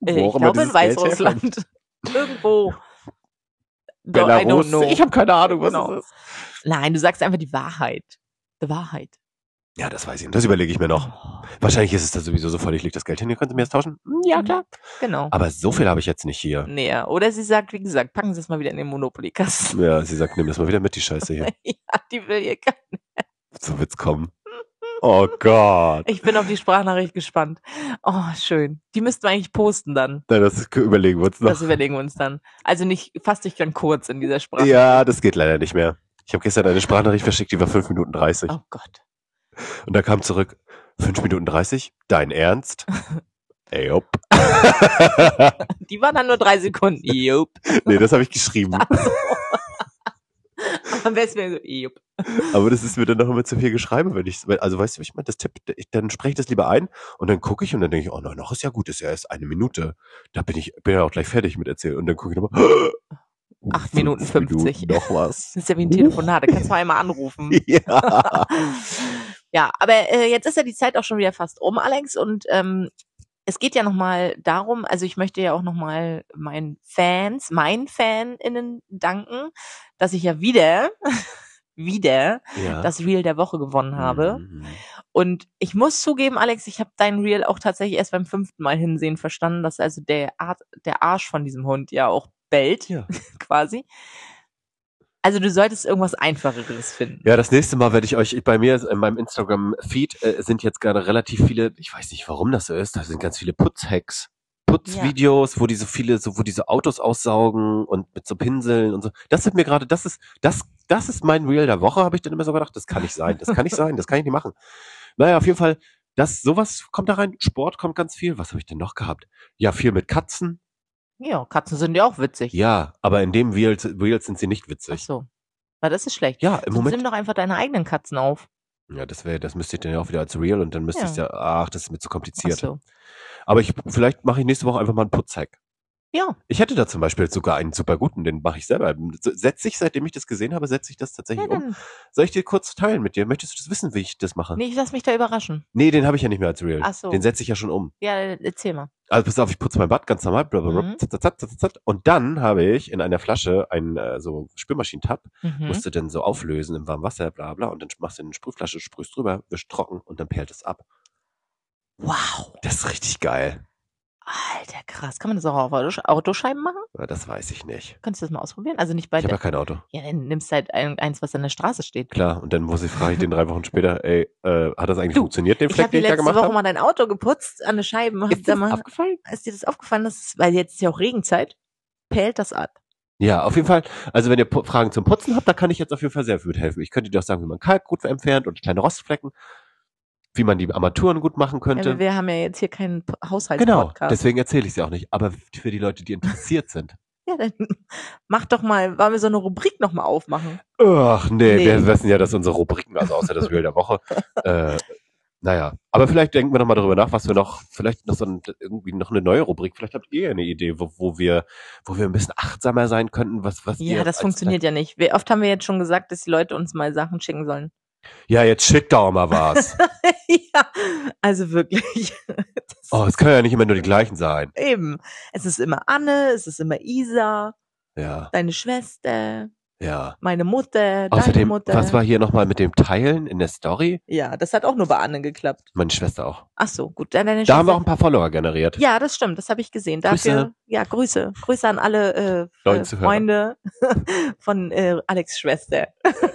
S2: Wo
S1: ich
S2: auch immer
S1: glaube in
S2: dieses Geld herkommt.
S1: Weißrussland. Irgendwo. No, I don't
S2: Belarus?
S1: know.
S2: Ich habe keine Ahnung, was
S1: Genau.
S2: das ist.
S1: Nein, du sagst einfach die Wahrheit. Die Wahrheit.
S2: Ja, das weiß ich. nicht. Das überlege ich mir noch. Wahrscheinlich ist es da sowieso so voll, ich lege das Geld hin, ihr könnt mir das tauschen. Hm, Ja, klar.
S1: Genau.
S2: Aber so viel habe ich jetzt nicht hier.
S1: Nee, oder sie sagt, wie gesagt, packen Sie es mal wieder in den Monopoly-Kasten.
S2: Ja, sie sagt, nimm das mal wieder mit, die Scheiße hier.
S1: ja, die will hier kein-
S2: So wird's kommen. Oh Gott.
S1: Ich bin auf die Sprachnachricht gespannt. Oh, schön. Die müssten wir eigentlich posten dann.
S2: Na, das überlegen wir uns noch.
S1: Das überlegen wir uns dann. Also nicht, fast dich dann kurz in dieser Sprache.
S2: Ja, das geht leider nicht mehr. Ich habe gestern eine Sprachnachricht verschickt, die war 5 Minuten 30.
S1: Oh Gott.
S2: Und da kam zurück, 5 Minuten 30? Dein Ernst? Ey, hopp.
S1: Die waren dann nur drei Sekunden. Jupp.
S2: Nee, das habe ich geschrieben.
S1: Am besten wäre so, jupp.
S2: Aber das ist mir dann noch immer zu viel Geschreibe, wenn ich, also weißt du, wie ich meine, das Tipp, ich- dann spreche ich das lieber ein und dann gucke ich und dann denke ich, oh nein, noch ist ja gut, ist ja erst eine Minute. Da bin ich, bin ja auch gleich fertig mit erzählen und dann gucke ich nochmal.
S1: Acht Minuten
S2: fünf
S1: 50.
S2: Minuten, noch was.
S1: Das ist ja wie ein Telefonat, da kannst du mal einmal anrufen.
S2: ja.
S1: Ja, aber äh, jetzt ist ja die Zeit auch schon wieder fast um, Alex. Und ähm, es geht ja nochmal darum, also ich möchte ja auch nochmal meinen Fans, meinen FanInnen danken, dass ich ja wieder, wieder
S2: ja.
S1: das Reel der Woche gewonnen habe.
S2: Mhm.
S1: Und ich muss zugeben, Alex, ich habe dein Reel auch tatsächlich erst beim fünften Mal hinsehen verstanden, dass also der, Ar der Arsch von diesem Hund ja auch bellt,
S2: Ja.
S1: quasi. Also du solltest irgendwas Einfacheres finden.
S2: Ja, das nächste Mal werde ich euch, bei mir ist in meinem Instagram-Feed äh, sind jetzt gerade relativ viele, ich weiß nicht, warum das so ist, da sind ganz viele Putzhacks. Putzvideos, wo diese viele, so, wo diese Autos aussaugen und mit so Pinseln und so. Das sind mir gerade, das ist, das, das ist mein Reel der Woche, habe ich dann immer so gedacht. Das kann nicht sein, das kann nicht sein, das kann ich nicht machen. Naja, auf jeden Fall, das, sowas kommt da rein. Sport kommt ganz viel. Was habe ich denn noch gehabt? Ja, viel mit Katzen.
S1: Ja, Katzen sind ja auch witzig.
S2: Ja, aber in dem Reels, Reels sind sie nicht
S1: Ach
S2: witzig.
S1: so. Na, das ist schlecht.
S2: Ja, im
S1: Sonst
S2: Moment.
S1: Nimm doch einfach deine eigenen Katzen auf.
S2: Ja, das wäre, das müsste ich dann ja auch wieder als real und dann müsste
S1: Ja.
S2: ich ja, ach, das ist mir zu
S1: Ach
S2: kompliziert.
S1: so.
S2: Aber ich, vielleicht mache ich nächste Woche einfach mal einen Putzhack.
S1: Ja,
S2: Ich hätte da zum Beispiel sogar einen super guten, den mache ich selber. So, Setze ich, seitdem ich das gesehen habe, setze ich das
S1: ja
S2: tatsächlich um.
S1: dann.
S2: Soll ich dir kurz teilen mit dir? Möchtest du das wissen, wie ich das mache? Nee,
S1: Nee, ich lass mich da überraschen.
S2: den habe ich ja nicht mehr als real.
S1: Ach so.
S2: Den setze ich ja schon um.
S1: Ja, erzähl mal.
S2: Also pass auf, ich putze mein Bad ganz normal. Blablabla,
S1: Mhm.
S2: zat, zat, zat, zat, zat. Und dann habe ich in einer Flasche einen äh, so Spülmaschinentab
S1: Mhm.
S2: musst du denn so auflösen im warmen Wasser, bla bla, und dann machst du in eine Sprühflasche, sprühst drüber, wischst trocken und dann perlt es ab.
S1: Wow.
S2: Das ist richtig geil.
S1: Alter, krass. Kann man das auch auf Autos- Autoscheiben machen?
S2: Ja, Das weiß ich nicht.
S1: Kannst du das mal ausprobieren? Also nicht bei
S2: Ich habe ja
S1: der.
S2: kein Auto.
S1: Ja, dann nimmst halt ein, eins, was an der Straße steht.
S2: Klar, und dann muss ich frage ich den drei Wochen später, ey, äh, hat das eigentlich
S1: Du,
S2: funktioniert, den
S1: Ich habe
S2: Fleck,
S1: die
S2: den ich da
S1: letzte
S2: gemacht
S1: Woche
S2: habe?
S1: mal dein Auto geputzt an der Scheiben. Hab
S2: Ist
S1: da
S2: das
S1: mal,
S2: abgefallen?
S1: ist dir das aufgefallen, dass es, weil jetzt ist ja auch Regenzeit, pellt das ab.
S2: Ja, auf jeden Fall. Also wenn ihr Pu- Fragen zum Putzen habt, da kann ich jetzt auf jeden Fall sehr viel helfen. Ich könnte dir auch sagen, wie man Kalk gut entfernt und kleine Rostflecken, wie man die Armaturen gut
S1: Ja,
S2: machen könnte.
S1: Äh, wir- halt wir haben ja jetzt hier keinen P-
S2: genau,
S1: Haushaltspodcast.
S2: deswegen erzähle ich sie auch nicht. Aber für die Leute, die interessiert sind.
S1: Ja, dann mach doch mal, wollen wir so eine Rubrik nochmal aufmachen?
S2: Ach nee,
S1: Nee.
S2: wir wissen ja, dass unsere Rubriken, also außer das Real der Woche, äh, naja. Aber vielleicht denken wir nochmal darüber nach, was wir noch, vielleicht noch so ein, irgendwie noch eine neue Rubrik, vielleicht habt ihr ja eine Idee, wo, wo wir, wo wir ein bisschen achtsamer sein könnten, was, was
S1: Ja,
S2: ihr
S1: das
S2: als-
S1: funktioniert ja nicht. Wie oft haben wir jetzt schon gesagt, dass die Leute uns mal Sachen schicken sollen?
S2: Ja, jetzt schickt doch mal was.
S1: ja, also wirklich. Das-
S2: oh, es können ja nicht immer nur die gleichen sein.
S1: Eben. Es ist immer Anne, es ist immer Isa,
S2: Ja,
S1: deine Schwester,
S2: ja.
S1: meine Mutter, deine
S2: Außerdem,
S1: Mutter.
S2: was war hier nochmal mit dem Teilen in der Story?
S1: ja, das hat auch nur bei Anne geklappt.
S2: Meine Schwester auch.
S1: Ach so, gut. Dann deine
S2: Da haben wir auch
S1: Schwester-
S2: ein paar Follower generiert.
S1: ja, das stimmt, das habe ich gesehen. Dafür,
S2: Grüße.
S1: Ja, Grüße. Grüße an alle äh,
S2: Neuen
S1: äh,
S2: Zuhörer.
S1: Freunde von äh, Alex Schwester.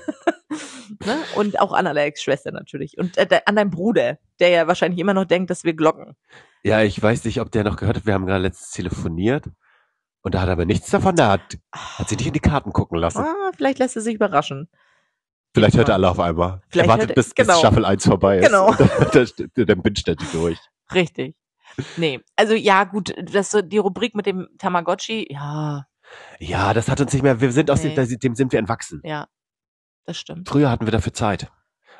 S1: ne? Und auch an Alex Schwester natürlich. Und äh, de- an deinen Bruder, der ja wahrscheinlich immer noch denkt, dass wir Glocken.
S2: Ja, ich weiß nicht, ob der noch gehört hat. Wir haben gerade letztens telefoniert und da hat er aber nichts davon. Da hat, hat sie nicht in die Karten gucken lassen.
S1: Ah, vielleicht lässt er sich überraschen.
S2: Vielleicht hört
S1: Ja.
S2: er alle auf einmal. Er
S1: Vielleicht
S2: wartet,
S1: hört er-
S2: bis, bis
S1: genau.
S2: Staffel 1 vorbei ist.
S1: Genau.
S2: Und dann, dann, dann binscht er die durch.
S1: Richtig. Nee, also ja, gut, das, so die Rubrik mit dem Tamagotchi, ja,
S2: Ja, das hat uns nicht mehr, wir sind aus
S1: Nee.
S2: dem, dem sind wir entwachsen.
S1: ja, das stimmt.
S2: Früher hatten wir dafür Zeit.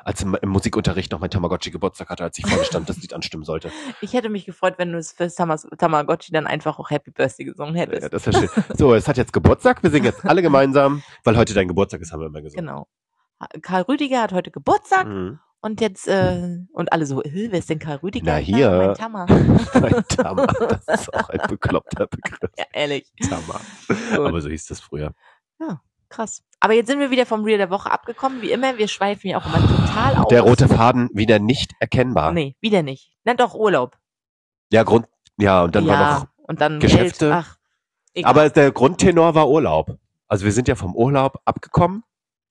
S2: Als im, im Musikunterricht noch mein Tamagotchi Geburtstag hatte, als ich vorne stand, das Lied anstimmen sollte.
S1: Ich hätte mich gefreut, wenn du es fürs Tamas Tamagotchi dann einfach auch Happy Birthday gesungen
S2: Ja,
S1: hättest.
S2: das wäre schön. So, es hat jetzt Geburtstag, wir singen jetzt alle gemeinsam, weil heute dein Geburtstag ist, haben wir immer gesagt.
S1: genau. Karl Rüdiger hat heute Geburtstag
S2: Mhm.
S1: und jetzt, äh, und alle so, "Äh, wer ist denn Karl Rüdiger?
S2: Na,
S1: "Na,
S2: hier."
S1: Mein Tama.
S2: Mein Tama, das ist auch ein bekloppter Begriff.
S1: Ja, ehrlich.
S2: Tama.
S1: Gut.
S2: Aber so hieß das früher.
S1: Krass. Aber jetzt sind wir wieder vom Real der Woche abgekommen. Wie immer, wir schweifen ja auch immer total aus.
S2: Der rote Faden wieder nicht erkennbar.
S1: Nee, wieder nicht. Na doch, Urlaub.
S2: Ja, Grund, ja, und dann
S1: ja,
S2: war noch,
S1: und dann
S2: Geschäfte.
S1: Geld. Ach, egal.
S2: aber der Grundtenor war Urlaub. Also wir sind ja vom Urlaub abgekommen.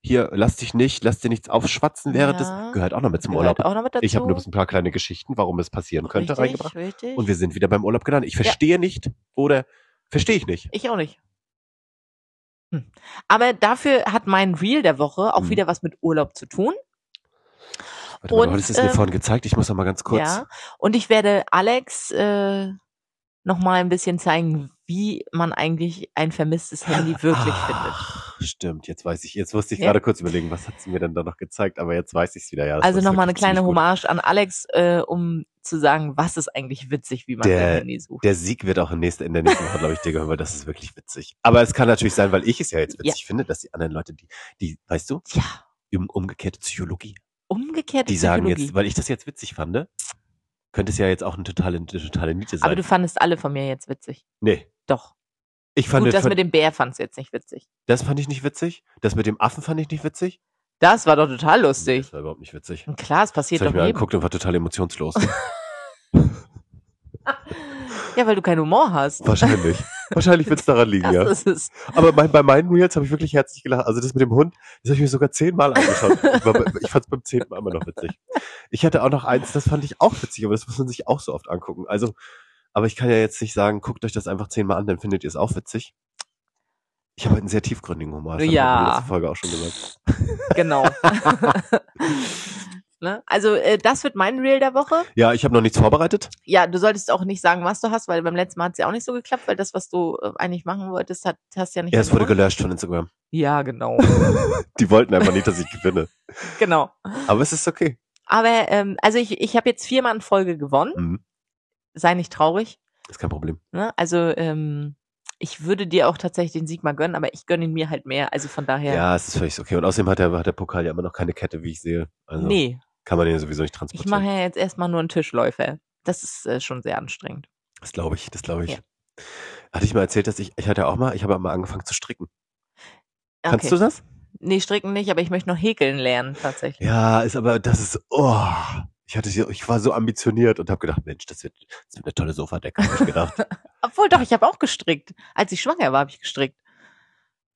S2: Hier, lass dich nicht, lass dir nichts aufschwatzen während
S1: Ja.
S2: des, gehört auch noch mit zum
S1: Gehört
S2: Urlaub.
S1: auch noch mit dazu.
S2: Ich habe nur ein paar kleine Geschichten, warum es passieren könnte,
S1: richtig,
S2: reingebracht.
S1: Richtig.
S2: Und wir sind wieder beim Urlaub gelandet. Ich verstehe nicht oder verstehe ich nicht.
S1: ich auch nicht. Hm. Aber dafür hat mein Reel der Woche auch
S2: Mhm.
S1: wieder was mit Urlaub zu tun.
S2: Warte mal, du
S1: Und,
S2: hattest es mir
S1: ähm,
S2: vorhin gezeigt. Ich muss noch mal ganz kurz.
S1: Ja. Und ich werde Alex äh, nochmal ein bisschen zeigen, wie man eigentlich ein vermisstes Handy
S2: Ah,
S1: wirklich findet.
S2: Ach, Stimmt, jetzt weiß ich, jetzt musste ich
S1: Ja.
S2: gerade kurz überlegen, was hat sie mir denn da noch gezeigt, aber jetzt weiß ich es wieder, ja. das
S1: Also
S2: ist
S1: nochmal eine
S2: wirklich
S1: kleine
S2: ziemlich gut.
S1: Hommage an Alex, äh, um zu sagen, was ist eigentlich witzig, wie man
S2: Der-
S1: sein Handy sucht.
S2: Der Sieg wird auch im nächsten, in der nächsten Woche, glaube ich, dir gehören, weil das ist wirklich witzig. Aber es kann natürlich sein, weil ich es ja jetzt
S1: Ja.
S2: witzig finde, dass die anderen Leute, die, die, weißt du,
S1: Tja,
S2: um, umgekehrte Psychologie,
S1: umgekehrte
S2: die sagen
S1: Psychologie.
S2: jetzt, weil ich das jetzt witzig fand, könnte es ja jetzt auch eine totale, eine totale Niete sein.
S1: Aber du fandest alle von mir jetzt witzig.
S2: nee,
S1: Doch.
S2: ich fand
S1: Gut,
S2: das,
S1: das
S2: fand,
S1: mit dem Bär fandst du jetzt nicht witzig.
S2: das fand ich nicht witzig, das mit dem Affen fand ich nicht witzig.
S1: Das war doch total
S2: Nee,
S1: lustig.
S2: Das war überhaupt nicht witzig.
S1: Und klar, es
S2: Das
S1: passiert
S2: habe
S1: doch
S2: ich mir
S1: jedem.
S2: angeguckt und war total emotionslos.
S1: Ja, weil du keinen Humor hast.
S2: Wahrscheinlich. Wahrscheinlich wird es daran liegen,
S1: Das
S2: ja.
S1: ist es.
S2: Aber mein, bei meinen Reels habe ich wirklich herzlich gelacht. Also das mit dem Hund, das habe ich mir sogar zehnmal angeschaut. Ich war bei- ich fand es beim zehnten Mal immer noch witzig. Ich hatte auch noch eins, das fand ich auch witzig, aber das muss man sich auch so oft angucken. Also, aber ich kann ja jetzt nicht sagen, guckt euch das einfach zehnmal an, dann findet ihr es auch witzig. Ich habe halt einen sehr tiefgründigen Humor. Das hab ich
S1: Ja.
S2: in der letzten Folge auch schon gesagt.
S1: Genau. ne? Also äh, das wird mein Reel der Woche.
S2: Ja, ich habe noch nichts vorbereitet.
S1: Ja, du solltest auch nicht sagen, was du hast, weil beim letzten Mal hat es ja auch nicht so geklappt, weil das, was du äh, eigentlich machen wolltest, hat, hast ja nicht
S2: Ja, es wurde
S1: hinbekommen.
S2: gelöscht von Instagram.
S1: Ja, genau.
S2: Die wollten einfach nicht, dass ich gewinne.
S1: genau.
S2: Aber es ist okay.
S1: Aber ähm, also ich, ich habe jetzt viermal in Folge gewonnen.
S2: Mhm.
S1: Sei nicht traurig.
S2: Ist kein Problem.
S1: Ne? Also ähm, ich würde dir auch tatsächlich den Sieg mal gönnen, aber ich gönne ihn mir halt mehr. Also von
S2: Ja,
S1: daher.
S2: es ist völlig okay. Und außerdem hat der, hat der Pokal ja immer noch keine Kette, wie ich sehe. Also
S1: nee,
S2: kann man den sowieso nicht
S1: ich
S2: transportieren.
S1: mache ja jetzt erstmal nur einen Tischläufer. Das ist äh, schon sehr anstrengend.
S2: Das glaube ich, das glaube ich.
S1: Ja.
S2: Hatte ich mal erzählt, dass ich, ich hatte auch mal, ich habe mal angefangen zu stricken.
S1: Okay.
S2: Kannst du das?
S1: Nee, stricken nicht, aber ich möchte noch häkeln lernen tatsächlich.
S2: Ja, ist aber, das ist, oh. Ich hatte, so- ich war so ambitioniert und habe gedacht, Mensch, das wird, das wird eine tolle Sofadecke, habe ich gedacht.
S1: Obwohl doch, ich habe auch gestrickt. Als ich schwanger war, habe ich gestrickt.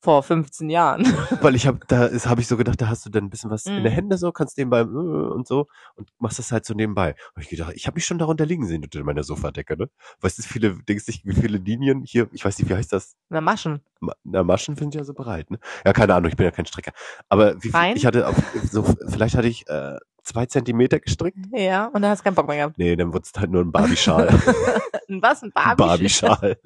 S1: Vor 15 Jahren.
S2: Weil ich habe, da ist, habe ich so gedacht, da hast du dann ein bisschen was in
S1: Mhm.
S2: der Hände so, kannst nebenbei äh, und so und machst das halt so nebenbei. Hab ich gedacht, ich habe mich schon darunter liegen sehen unter meiner Sofadecke, ne? Weißt du, viele, denkst dich, wie viele Linien hier, ich weiß nicht, wie heißt das,
S1: Na, Maschen.
S2: Ma- Na, Maschen sind ja so breit, ne? Ja, keine Ahnung, ich bin ja kein Stricker. Aber wie viel,
S1: Fein?
S2: ich hatte auf, so, vielleicht hatte ich äh, zwei Zentimeter gestrickt.
S1: Ja, und dann hast du keinen Bock mehr gehabt.
S2: Nee, dann wurde es halt nur ein Barbie-Schal.
S1: Ein Was? Ein
S2: Ein
S1: Barbie?
S2: Barbie-Schal.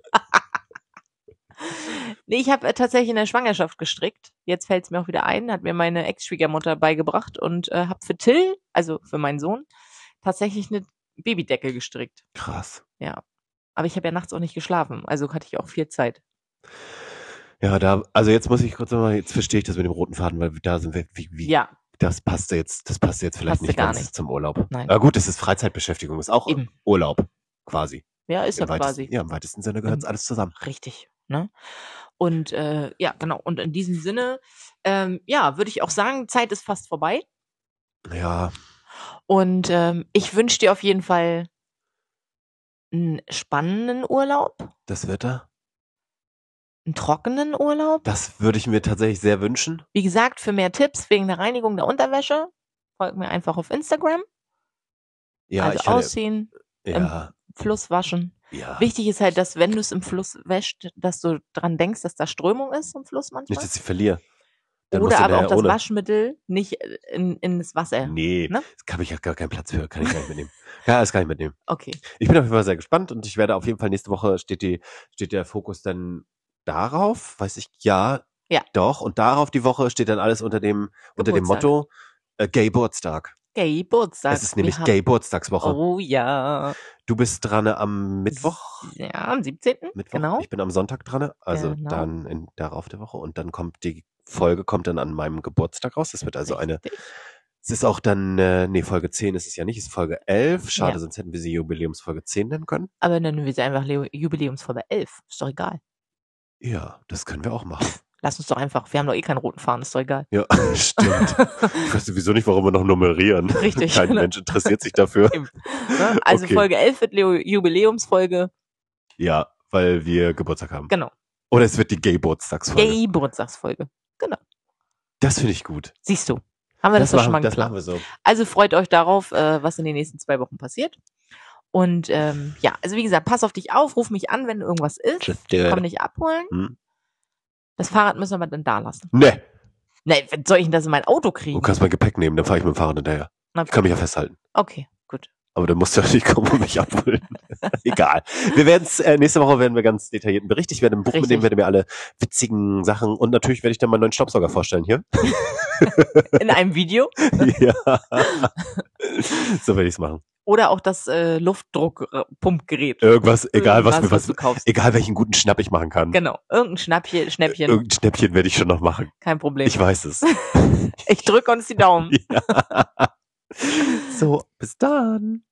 S1: Nee, ich habe äh, tatsächlich in der Schwangerschaft gestrickt. Jetzt fällt es mir auch wieder ein, hat mir meine Ex-Schwiegermutter beigebracht und äh, habe für Till, also für meinen Sohn, tatsächlich eine Babydecke gestrickt.
S2: Krass.
S1: Aber ich habe ja nachts auch nicht geschlafen, also hatte ich auch viel Zeit.
S2: Ja, da, also jetzt muss ich kurz nochmal, jetzt verstehe ich das mit dem roten Faden, weil da sind wir, wie, wie,
S1: Ja,
S2: das passte jetzt, das passte jetzt vielleicht
S1: Passte
S2: nicht
S1: gar
S2: ganz
S1: nicht.
S2: zum Urlaub.
S1: Nein.
S2: Na gut, es ist Freizeitbeschäftigung, ist auch
S1: Eben.
S2: Urlaub, quasi.
S1: ja, ist
S2: Im
S1: das
S2: weitesten-
S1: quasi. Mhm.
S2: Ja, im weitesten Sinne gehört es
S1: Im-
S2: alles zusammen.
S1: Richtig. Ne? Und äh, ja, genau. Und in diesem Sinne, ähm, ja, würde ich auch sagen, Zeit ist fast vorbei.
S2: Ja,
S1: Und ähm, ich wünsche dir auf jeden Fall einen spannenden Urlaub,
S2: das Wetter,
S1: einen trockenen Urlaub.
S2: das würde ich mir tatsächlich sehr wünschen.
S1: Wie gesagt, für mehr Tipps wegen der Reinigung der Unterwäsche, folgt mir einfach auf Instagram.
S2: Ja,
S1: also ähm,
S2: ich hatte,
S1: ausziehen,
S2: ja,
S1: Fluss waschen.
S2: ja.
S1: Wichtig ist halt, dass wenn du es im Fluss wäscht, dass du dran denkst, dass da Strömung ist im Fluss manchmal.
S2: Nicht, dass ich verliere. Dann
S1: Oder
S2: musst du
S1: aber auch
S2: nachher
S1: das
S2: ohne-
S1: Waschmittel nicht äh, in, in das Wasser.
S2: Nee,
S1: Ne?
S2: das habe ich ja gar keinen Platz für, kann ich gar nicht mitnehmen. Ja, das kann ich mitnehmen.
S1: Okay.
S2: Ich bin auf jeden Fall sehr gespannt und ich werde auf jeden Fall nächste Woche steht die, steht der Fokus dann darauf, weiß ich, ja,
S1: Ja.
S2: doch. Und darauf die Woche steht dann alles unter dem, unter dem
S1: Geburtstag.
S2: Motto äh, Gay Geburtstag.
S1: Gay Geburtstag.
S2: Es ist nämlich
S1: Wir haben-
S2: Gay Geburtstagswoche.
S1: Oh ja.
S2: Du bist dran am Mittwoch.
S1: Ja, am 17.
S2: Mittwoch.
S1: Genau.
S2: Ich bin am Sonntag dran, also
S1: Genau.
S2: dann in, darauf der Woche und dann kommt die Folge kommt dann an meinem Geburtstag raus. Das wird also eine
S1: Richtig.
S2: es ist auch dann äh, nee, Folge 10 ist es ja nicht, es ist Folge 11. Schade,
S1: Ja.
S2: sonst hätten wir sie Jubiläumsfolge 10 nennen können.
S1: Aber nennen wir sie einfach Leo- Jubiläumsfolge 11. Ist doch egal.
S2: Ja, das können wir auch machen.
S1: Lass uns doch einfach, wir haben doch eh keinen roten Faden, ist doch egal.
S2: Ja, stimmt. Ich weiß sowieso nicht, warum wir noch nummerieren.
S1: Richtig.
S2: Kein
S1: ne?
S2: Mensch interessiert sich dafür.
S1: Ne? Also
S2: Okay.
S1: Folge 11 wird Leo Jubiläumsfolge.
S2: Ja, weil wir Geburtstag haben.
S1: Genau.
S2: Oder es wird die Gay-Geburtstagsfolge.
S1: Gay Geburtstagsfolge.
S2: Das finde ich gut.
S1: Siehst du. Haben wir das, doch
S2: machen,
S1: schon mal
S2: das machen
S1: geplant.
S2: wir so.
S1: Also freut euch darauf, äh, was in den nächsten zwei Wochen passiert. Und ähm, ja, also wie gesagt, pass auf dich auf, ruf mich an, wenn irgendwas ist.
S2: Just do it.
S1: Komm dich abholen.
S2: Hm?
S1: Das Fahrrad müssen wir aber dann da lassen.
S2: Nee,
S1: Nee, wenn soll ich denn das in mein Auto kriegen?
S2: du kannst mein Gepäck nehmen, dann fahre ich mit dem Fahrrad hinterher.
S1: Na,
S2: Ich kann mich ja festhalten.
S1: okay, gut.
S2: Aber dann musst du ja nicht kommen und mich abholen. Egal. Wir werden's, äh, nächste Woche werden wir ganz detaillierten Bericht. Ich werde ein Buch
S1: Richtig.
S2: mitnehmen, werde mir alle witzigen Sachen und natürlich werde ich dann meinen neuen Staubsauger vorstellen hier.
S1: In einem Video.
S2: ja. so werde ich's machen.
S1: Oder auch das äh, Luftdruckpumpgerät.
S2: Irgendwas, egal was, mir was,
S1: du kaufst.
S2: egal welchen guten Schnapp ich machen kann.
S1: Genau. Irgendein Schnappchen, Schnäppchen,
S2: Irgendein Schnäppchen werde ich schon noch machen.
S1: kein Problem.
S2: Äh, Ich
S1: Ich,
S2: weiß es.
S1: drücke uns die Daumen.
S2: So, bis dann.